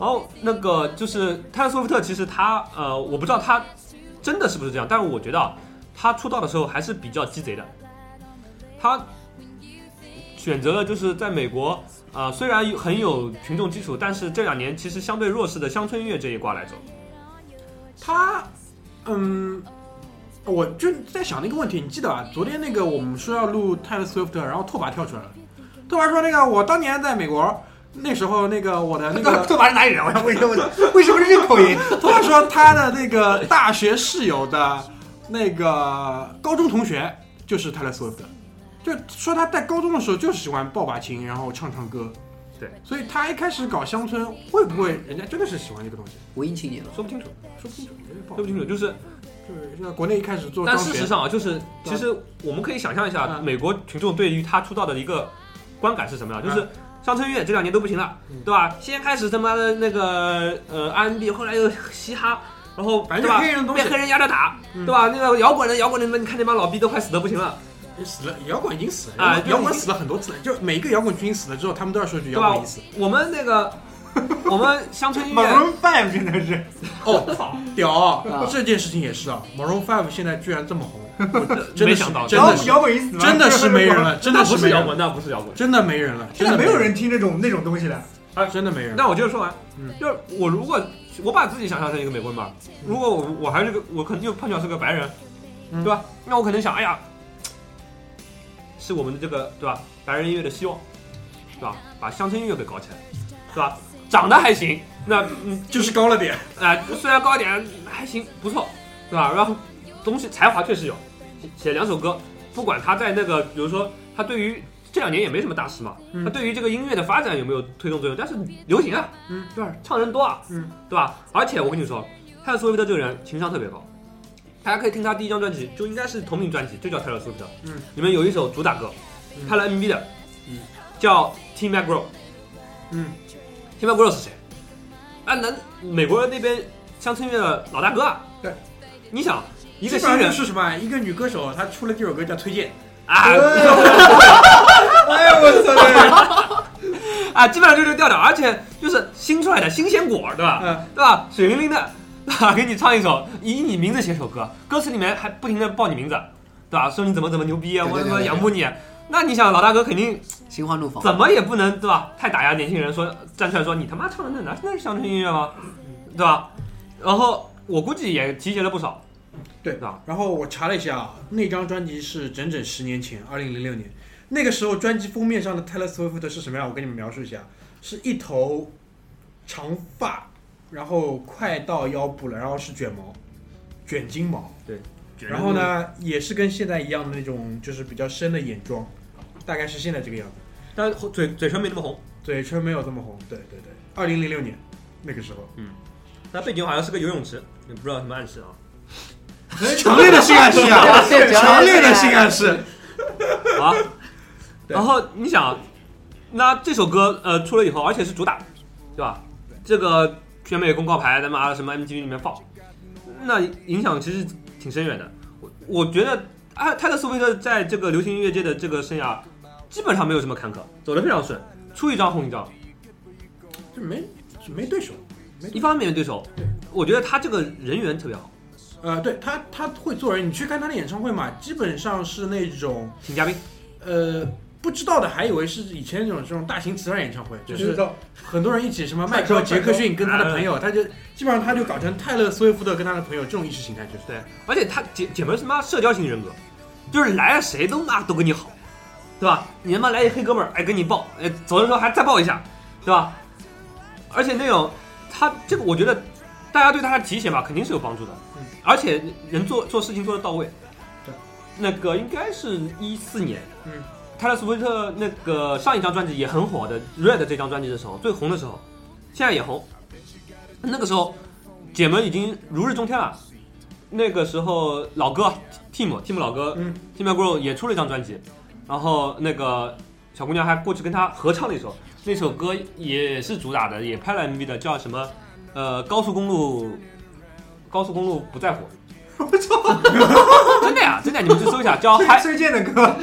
[SPEAKER 4] 然后那个就是泰勒·斯威夫特，其实他呃，我不知道他真的是不是这样，但是我觉得啊，他出道的时候还是比较鸡贼的。他选择了就是在美国啊、呃虽然有很有群众基础，但是这两年其实相对弱势的乡村音乐这一挂来走。
[SPEAKER 2] 他，嗯，我就在想那个问题，你记得啊？昨天那个我们说要录 Taylor Swift，然后拓跋跳出来了。拓跋说那个我当年在美国，那时候那个我的那
[SPEAKER 3] 拓
[SPEAKER 2] 个
[SPEAKER 3] 拓跋是哪里人？我想问一下，我为什么是这口音？
[SPEAKER 2] 拓跋说他的那个大学室友的那个高中同学就是 Taylor Swift，就说他在高中的时候就是喜欢抱把琴，然后唱唱歌。
[SPEAKER 4] 对，
[SPEAKER 2] 所以他一开始搞乡村，会不会人家真的是喜欢这个东西？
[SPEAKER 5] 文艺青年了。
[SPEAKER 4] 说不清楚，
[SPEAKER 2] 说不清楚，
[SPEAKER 4] 说不清楚，就是，
[SPEAKER 2] 就是像国内一开始做张
[SPEAKER 4] 但
[SPEAKER 2] 悬，
[SPEAKER 4] 事实上啊，就是
[SPEAKER 2] 对
[SPEAKER 4] 其实我们可以想象一下，
[SPEAKER 2] 嗯
[SPEAKER 4] 美国群众对于他出道的一个观感是什么样，就是乡村音乐这两年都不行了
[SPEAKER 2] 嗯，
[SPEAKER 4] 对吧？先开始他妈的那个呃 R&B，后来又嘻哈，然后
[SPEAKER 2] 反
[SPEAKER 4] 对
[SPEAKER 2] 正
[SPEAKER 4] 吧
[SPEAKER 2] 黑人的东西嗯
[SPEAKER 4] 被黑人压着打，对吧？那个摇滚的摇滚的，你看那帮老逼都快死的不行了，
[SPEAKER 2] 死了，摇滚已经死了，
[SPEAKER 4] 啊
[SPEAKER 2] 摇滚摇
[SPEAKER 4] 摇滚
[SPEAKER 2] 滚
[SPEAKER 4] 已经
[SPEAKER 2] 死了很多次了，就是每一个摇滚军死了之后，他们都要说一句
[SPEAKER 4] 对啊
[SPEAKER 2] 摇
[SPEAKER 4] 吧
[SPEAKER 2] 滚已 死。？
[SPEAKER 4] 我们 那个我们乡村音乐
[SPEAKER 3] Maroon Five 真的是，
[SPEAKER 2] 哦，屌啊，这件事情也是啊，Maroon Five 现在居然这么红，我真
[SPEAKER 4] 没
[SPEAKER 2] 的是
[SPEAKER 4] 想到
[SPEAKER 2] 真
[SPEAKER 3] 摇
[SPEAKER 2] 的
[SPEAKER 3] 滚
[SPEAKER 2] 是
[SPEAKER 3] 摇滚已死吗？
[SPEAKER 2] 真的是没人了，真的
[SPEAKER 4] 嗯那不
[SPEAKER 2] 没
[SPEAKER 4] 是摇
[SPEAKER 2] 人了，
[SPEAKER 4] 滚，那不是摇滚。
[SPEAKER 2] 真的没人了，
[SPEAKER 3] 现
[SPEAKER 2] 真
[SPEAKER 3] 在
[SPEAKER 2] 的
[SPEAKER 3] 没有人听这种那种东西了。
[SPEAKER 2] 啊，真的没人了。
[SPEAKER 4] 那我接着说完，
[SPEAKER 2] 嗯
[SPEAKER 4] 就是我如果我把自己想象成一个美国人吧，如果我我还是个我肯定就碰巧是个白人，
[SPEAKER 2] 嗯
[SPEAKER 4] 对吧？那我肯定想，哎呀，是我们的这个对吧？白人音乐的希望，对吧？把乡村音乐给搞起来，对吧？长得还行，那嗯
[SPEAKER 2] 就是高了点，
[SPEAKER 4] 啊、虽然高一点还行，不错，对吧？然后东西才华确实有，写写两首歌，不管他在那个，比如说他对于这两年也没什么大师嘛，
[SPEAKER 2] 嗯
[SPEAKER 4] 他对于这个音乐的发展有没有推动作用？但是流行啊，
[SPEAKER 2] 嗯，
[SPEAKER 4] 对吧？唱人多啊，
[SPEAKER 2] 嗯，
[SPEAKER 4] 对吧？而且我跟你说，泰勒·斯威夫特这个人情商特别高，大家可以听他第一张专辑，就应该是同名专辑，就叫泰勒·斯威夫特，
[SPEAKER 2] 嗯，
[SPEAKER 4] 里面有一首主打歌，
[SPEAKER 2] 嗯
[SPEAKER 4] 拍了 MV 的，
[SPEAKER 2] 嗯，
[SPEAKER 4] 叫 T. McGraw。
[SPEAKER 2] 嗯，
[SPEAKER 4] t i m Gross 是谁？啊，南美国那边乡村乐的老大哥啊。
[SPEAKER 2] 对，
[SPEAKER 4] 你想一
[SPEAKER 2] 一
[SPEAKER 4] 个
[SPEAKER 2] 个
[SPEAKER 4] 新
[SPEAKER 2] 新
[SPEAKER 4] 人
[SPEAKER 2] 人是什么？一个女歌手，她出了这首歌叫《推荐
[SPEAKER 4] 啊
[SPEAKER 3] 哎呦我操！
[SPEAKER 4] 啊，基本上就这个调调，而且就是新出来的新鲜果，对》，吧？
[SPEAKER 2] 嗯，
[SPEAKER 4] 对吧？水灵灵的，啊， 给你唱一首，以你名字写首歌，歌词里面还不停的报你名字，对吧？说你怎么怎么牛逼啊，
[SPEAKER 5] 对对
[SPEAKER 4] 我
[SPEAKER 5] 对
[SPEAKER 4] 怎么
[SPEAKER 5] 对对哦
[SPEAKER 4] 仰慕你啊。那你想，老大哥肯定
[SPEAKER 5] 心花怒放。
[SPEAKER 4] 怎么也不能对吧？太打压年轻人说，站出来说你他妈唱的那哪那是乡村音乐吗？对吧？然后我估计也集结了不少，
[SPEAKER 2] 对
[SPEAKER 4] 对吧？
[SPEAKER 2] 然后我查了一下啊，那张专辑是整整十年前，二零零六年。那个时候，专辑封面上的泰勒·斯威夫特是什么样？我给你们描述一下，是一头长发，然后快到腰部了，然后是卷毛，卷金毛。然后？呢，也是跟现在一样的那种，就是比较深的眼妆，大概是现在这个样子。
[SPEAKER 4] 但嘴嘴唇没那么红，
[SPEAKER 2] 嘴唇没有这么红。对对对，二零零六年那个时候，
[SPEAKER 4] 那背景好像是个游泳池，也不知道什么 暗示啊。
[SPEAKER 2] 强烈的性暗示啊，强烈的性暗示。
[SPEAKER 4] 啊，
[SPEAKER 2] 对
[SPEAKER 4] 然后你想，那这首歌呃出了以后，而且是主打，对吧？这个全美公告牌他妈的什么 MTV 里面放，那影响其实挺深远的。我我觉得啊，泰勒·斯威特在这个流行音乐界的这个生涯，基本上没有什么坎坷，走得非常顺，出一张红一张。
[SPEAKER 2] 就没就没对手。
[SPEAKER 4] 一方面对手，我觉得他这个人缘特别好，
[SPEAKER 2] 呃，对他他会做人，你去看他的演唱会嘛，基本上是那种
[SPEAKER 4] 请嘉宾。
[SPEAKER 2] 呃。不知道的还以为是以前那种这种大型慈善演唱会，就是很多人一起什么迈克尔·杰克逊跟他的朋
[SPEAKER 3] 啊
[SPEAKER 2] 友，他就基本上他就搞成泰勒·斯威夫特跟他的朋友这种意识形态，就是
[SPEAKER 4] 对，而且他姐姐们是妈社交型人格，就是来了谁都妈都跟你好，对吧？你他妈来一黑哥们儿，哎跟你抱，哎走的时候还再抱一下，对吧？而且那种他这个我觉得大家对他的提携嘛，肯定是有帮助的，
[SPEAKER 2] 嗯
[SPEAKER 4] 而且人做做事情做的到位。
[SPEAKER 2] 对，
[SPEAKER 4] 那个应该是一四年，
[SPEAKER 2] 嗯，
[SPEAKER 4] 泰勒·斯威特那个上一张专辑也很火的《Red》这张专辑的时候最红的时候，现在也红。那个时候姐们已经如日中天了。那个时候老哥 Tim Tim 老哥、
[SPEAKER 2] 嗯
[SPEAKER 4] Tim m c g r o w 也出了一张专辑，然后那个小姑娘还过去跟他合唱了一首，那首歌也是主打的，也拍了 MV 的，叫什么？呃，高速公路，高速公路不在乎。我操！真的呀，真的呀，你们去搜一下，叫 High
[SPEAKER 3] 崔健的 歌，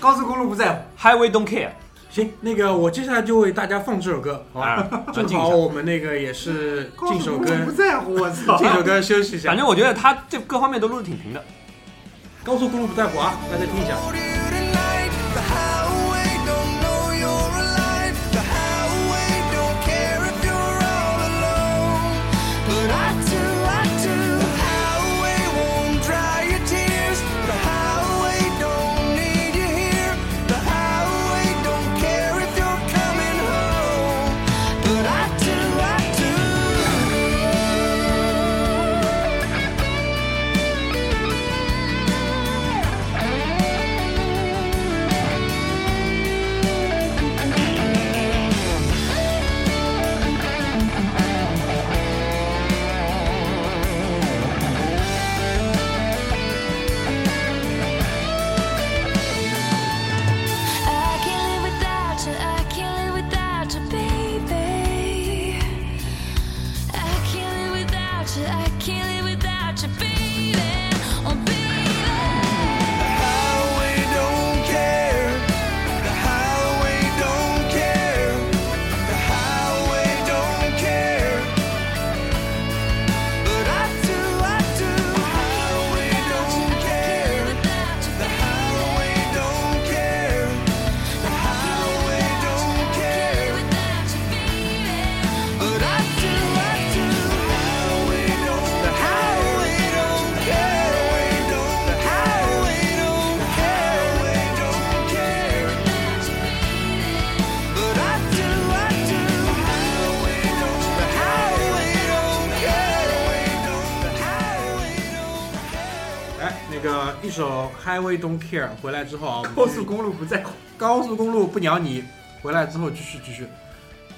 [SPEAKER 3] 高速公路不在乎。
[SPEAKER 4] Highway Don't Care。
[SPEAKER 2] 行，那个我接下来就为大家放这首歌，好吧？
[SPEAKER 4] 啊，
[SPEAKER 2] 正
[SPEAKER 4] 转进一
[SPEAKER 2] 好
[SPEAKER 4] 下。
[SPEAKER 2] 我们那个也是进首歌
[SPEAKER 3] 高速公路，不在乎，我操！
[SPEAKER 2] 这首歌休息一下
[SPEAKER 4] 反。正我觉得他这各方面都录的挺平的。
[SPEAKER 2] 高速公路不在乎啊，大家听一下。
[SPEAKER 1] Thank you Oh,
[SPEAKER 2] 首《Highway Don't Care》回来之后啊，我们
[SPEAKER 3] 高
[SPEAKER 2] 继续
[SPEAKER 3] 速公路不在乎。
[SPEAKER 2] 高速公路不鸟你，回来之后继续继续。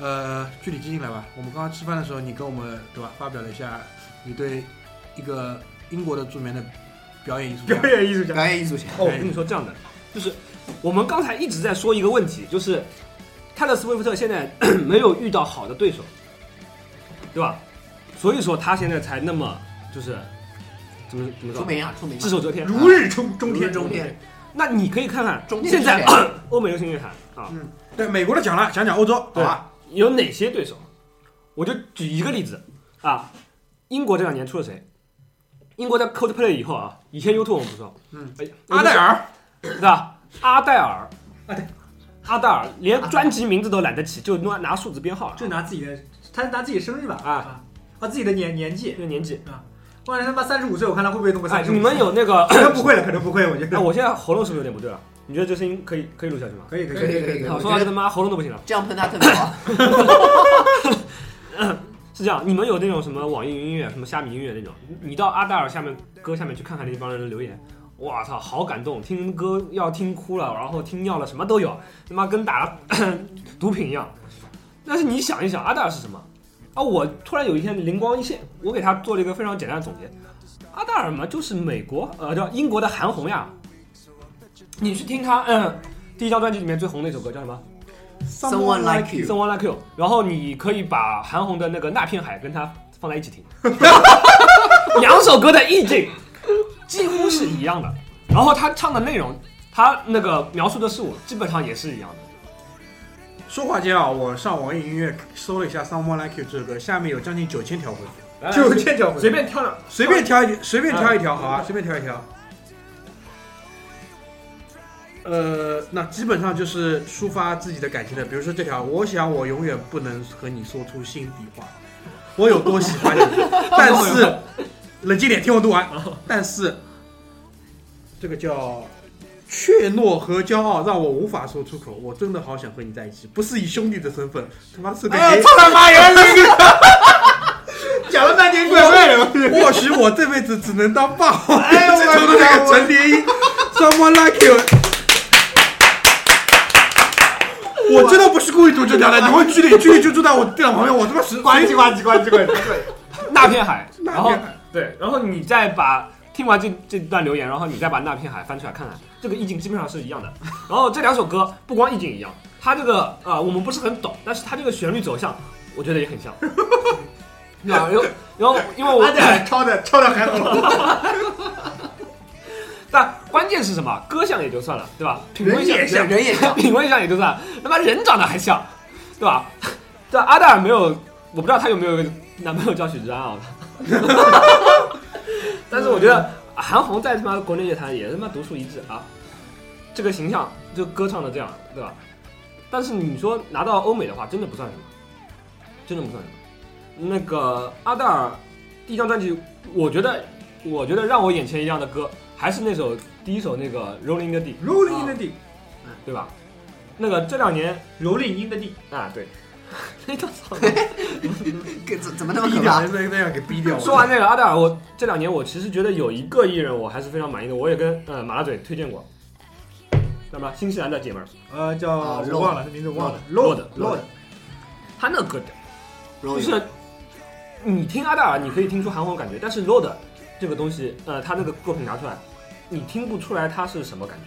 [SPEAKER 2] 呃，具体接进来吧。我们刚刚吃饭的时候，你跟我们对吧，发表了一下你对一个英国的著名的表演艺术家
[SPEAKER 3] 表演艺术家，
[SPEAKER 5] 表演艺术家，
[SPEAKER 4] 哦，我跟你说这样的，就是我们刚才一直在说一个问题，就是泰勒·斯威夫特现在 没有遇到好的对手，对吧？所以说他现在才那么就是怎么怎么
[SPEAKER 5] 出
[SPEAKER 4] 说，
[SPEAKER 5] 名啊，出名啊，
[SPEAKER 4] 只手遮天。
[SPEAKER 3] 如日中中天，
[SPEAKER 5] 中天，
[SPEAKER 4] 那你可以看看
[SPEAKER 5] 中间
[SPEAKER 4] 现在
[SPEAKER 5] 是谁
[SPEAKER 4] 欧美流行乐坛啊，
[SPEAKER 2] 对美国的讲了，讲讲欧洲，好
[SPEAKER 4] 对
[SPEAKER 2] 吧？
[SPEAKER 4] 有哪些对手？我就举一个例子啊，英国这两年出了谁？英国在 Coldplay 以后啊，以前 U2 我们不说，
[SPEAKER 2] 嗯
[SPEAKER 4] 哎呀，
[SPEAKER 2] 阿黛尔，
[SPEAKER 4] 是吧？阿黛尔，阿黛尔连专辑名字都懒得起，就拿拿数字编号了。
[SPEAKER 3] 就拿自己的，他拿自己生日吧
[SPEAKER 4] 啊
[SPEAKER 3] 啊啊，自己的年年纪
[SPEAKER 4] 这，个年纪，
[SPEAKER 3] 万一他妈三十五岁，我看他会不会弄个
[SPEAKER 4] 哎，
[SPEAKER 3] 三十五？
[SPEAKER 4] 你们有那个？
[SPEAKER 3] 可能不会了，可能不会，我觉
[SPEAKER 4] 哎，
[SPEAKER 3] 得。
[SPEAKER 4] 我现在喉咙是不是有点不对了？你觉得这声音可以可以录下去吗？
[SPEAKER 3] 可以可以
[SPEAKER 5] 可以可以可以
[SPEAKER 4] 好，
[SPEAKER 5] 我啊
[SPEAKER 4] 说到
[SPEAKER 5] 觉得
[SPEAKER 4] 这他妈喉咙都不行了。
[SPEAKER 5] 这样喷他特别好。啊
[SPEAKER 4] 是这样，你们有那种什么网易云音乐、什么虾米音乐那种？你到阿黛尔下面歌下面去看看那帮人的留言，哇操，好感动，听歌要听哭了，然后听尿了，什么都有，他妈跟打了 毒品一样。但是你想一想，阿黛尔是什么？啊，我突然有一天灵光一现，我给他做了一个非常简单的总结：阿黛尔嘛，就是美国呃叫英国的韩红呀。你去听他、嗯第一张专辑里面最红的一首歌叫什么？
[SPEAKER 5] Someone like you，
[SPEAKER 4] Someone Like You，然后你可以把韩红的那个《那片海》跟它放在一起听，两首歌的意境几乎是一样的。然后他唱的内容，他那个描述的事物基本上也是一样的。
[SPEAKER 2] 说话间啊，我上网易音乐搜了一下《Someone Like You》这首歌，下面有将近九千条回复，
[SPEAKER 4] 来来
[SPEAKER 3] 就这种
[SPEAKER 4] 哎随便挑两，
[SPEAKER 2] 随便挑一，随便挑一条，好啊，随便挑一条。呃，那基本上就是抒发自己的感情的，比如说这条，我想我永远不能和你说出心底话，我有多喜 欢你，但是冷静点，听我读完。但是这个叫怯懦和骄傲让我无法说出口，我真的好想和你在一起，不是以兄弟的身份，他妈是个
[SPEAKER 3] 哎
[SPEAKER 2] 爷
[SPEAKER 3] 操他妈原来是个，讲了半天怪怪的。
[SPEAKER 2] 或许我这辈子只能当霸王。
[SPEAKER 3] 哎呦我
[SPEAKER 2] 这就是那个陈蝶衣，Someone Like You。我 真的不是故意读这条的，你问居里，居里就住在我电脑旁边，我他妈 十
[SPEAKER 3] 呱唧呱唧呱唧呱唧，
[SPEAKER 4] 《那片海》，然后
[SPEAKER 2] 那片海
[SPEAKER 4] 对，然后你再把听完这这段留言，然后你再把《那片海》翻出来看看，这个意境基本上是一样的。然后这两首歌不光意境一样，它这个呃我们不是很懂，但是它这个旋律走向，我觉得也很像。对吧然后然后因为我
[SPEAKER 3] 阿仔抄的抄的还好，
[SPEAKER 4] 但关键是什么？歌像也就算了，对吧？品味像
[SPEAKER 3] 人也像
[SPEAKER 5] 人也 像
[SPEAKER 4] 品味像也就算了，他妈人长得还像，对吧？ 这阿黛尔没有，我不知道她有没有男朋友叫许志安啊。 但是我觉得韩红在他妈国内乐坛也他妈独树一帜啊，这个形象就歌唱的这样，对吧？但是你说拿到欧美的话，真的不算什么，真的不算什么。那个阿黛尔第一张专辑，我觉得我觉得让我眼前一亮的歌还是那首第一首那个《Rolling in the Deep》，
[SPEAKER 3] rolling in the deep，
[SPEAKER 4] 对吧？那个这两年
[SPEAKER 3] rolling in the deep，
[SPEAKER 4] 啊，对， 那个操！
[SPEAKER 5] 给怎怎么那么
[SPEAKER 2] 逼
[SPEAKER 5] 可
[SPEAKER 2] 掉，
[SPEAKER 5] 怕
[SPEAKER 2] 那？那样给逼掉。
[SPEAKER 4] 说完那个阿黛尔，我这两年我其实觉得有一个艺人我还是非常满意的，我也跟呃马大嘴推荐过，叫什么新西兰的姐们儿
[SPEAKER 3] 呃叫
[SPEAKER 5] 啊
[SPEAKER 3] 我忘了，这名字我忘了
[SPEAKER 4] Lord
[SPEAKER 3] lord，
[SPEAKER 4] 她那个歌屌，
[SPEAKER 5] 就
[SPEAKER 4] 就是你听阿黛尔，你可以听出韩红的感觉，但是 Lord 这个东西，呃，他那个作品拿出来，你听不出来他是什么感觉，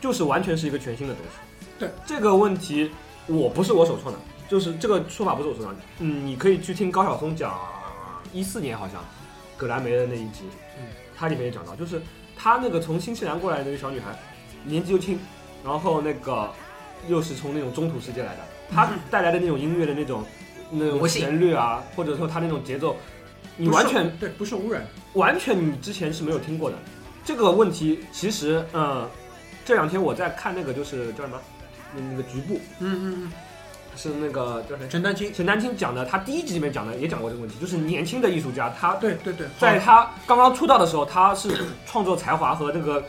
[SPEAKER 4] 就是完全是一个全新的东西。
[SPEAKER 2] 对
[SPEAKER 4] 这个问题，我不是我首创的，就是这个说法不是我首创的。嗯，你可以去听高晓松讲一四年好像葛莱梅的那一集，
[SPEAKER 2] 嗯，
[SPEAKER 4] 他里面也讲到，就是他那个从新西兰过来的那个小女孩，年纪又轻，然后那个又是从那种中土世界来的， 他带来的那种音乐的那种那种
[SPEAKER 5] 魔性
[SPEAKER 4] 旋律啊，或者说他那种节奏，你
[SPEAKER 2] 不
[SPEAKER 4] 完
[SPEAKER 2] 受
[SPEAKER 4] 全
[SPEAKER 2] 对不受污染，
[SPEAKER 4] 完全你之前是没有听过的。这个问题其实，嗯，这两天我在看那个就是叫什么，那那个局部
[SPEAKER 2] 嗯嗯
[SPEAKER 4] 是那个叫谁
[SPEAKER 2] 嗯，？陈丹青，
[SPEAKER 4] 陈丹青讲的，他第一集里面讲的也讲过这个问题，就是年轻的艺术家，他
[SPEAKER 2] 对对对，好
[SPEAKER 4] 在他刚刚出道的时候，他是创作才华和这个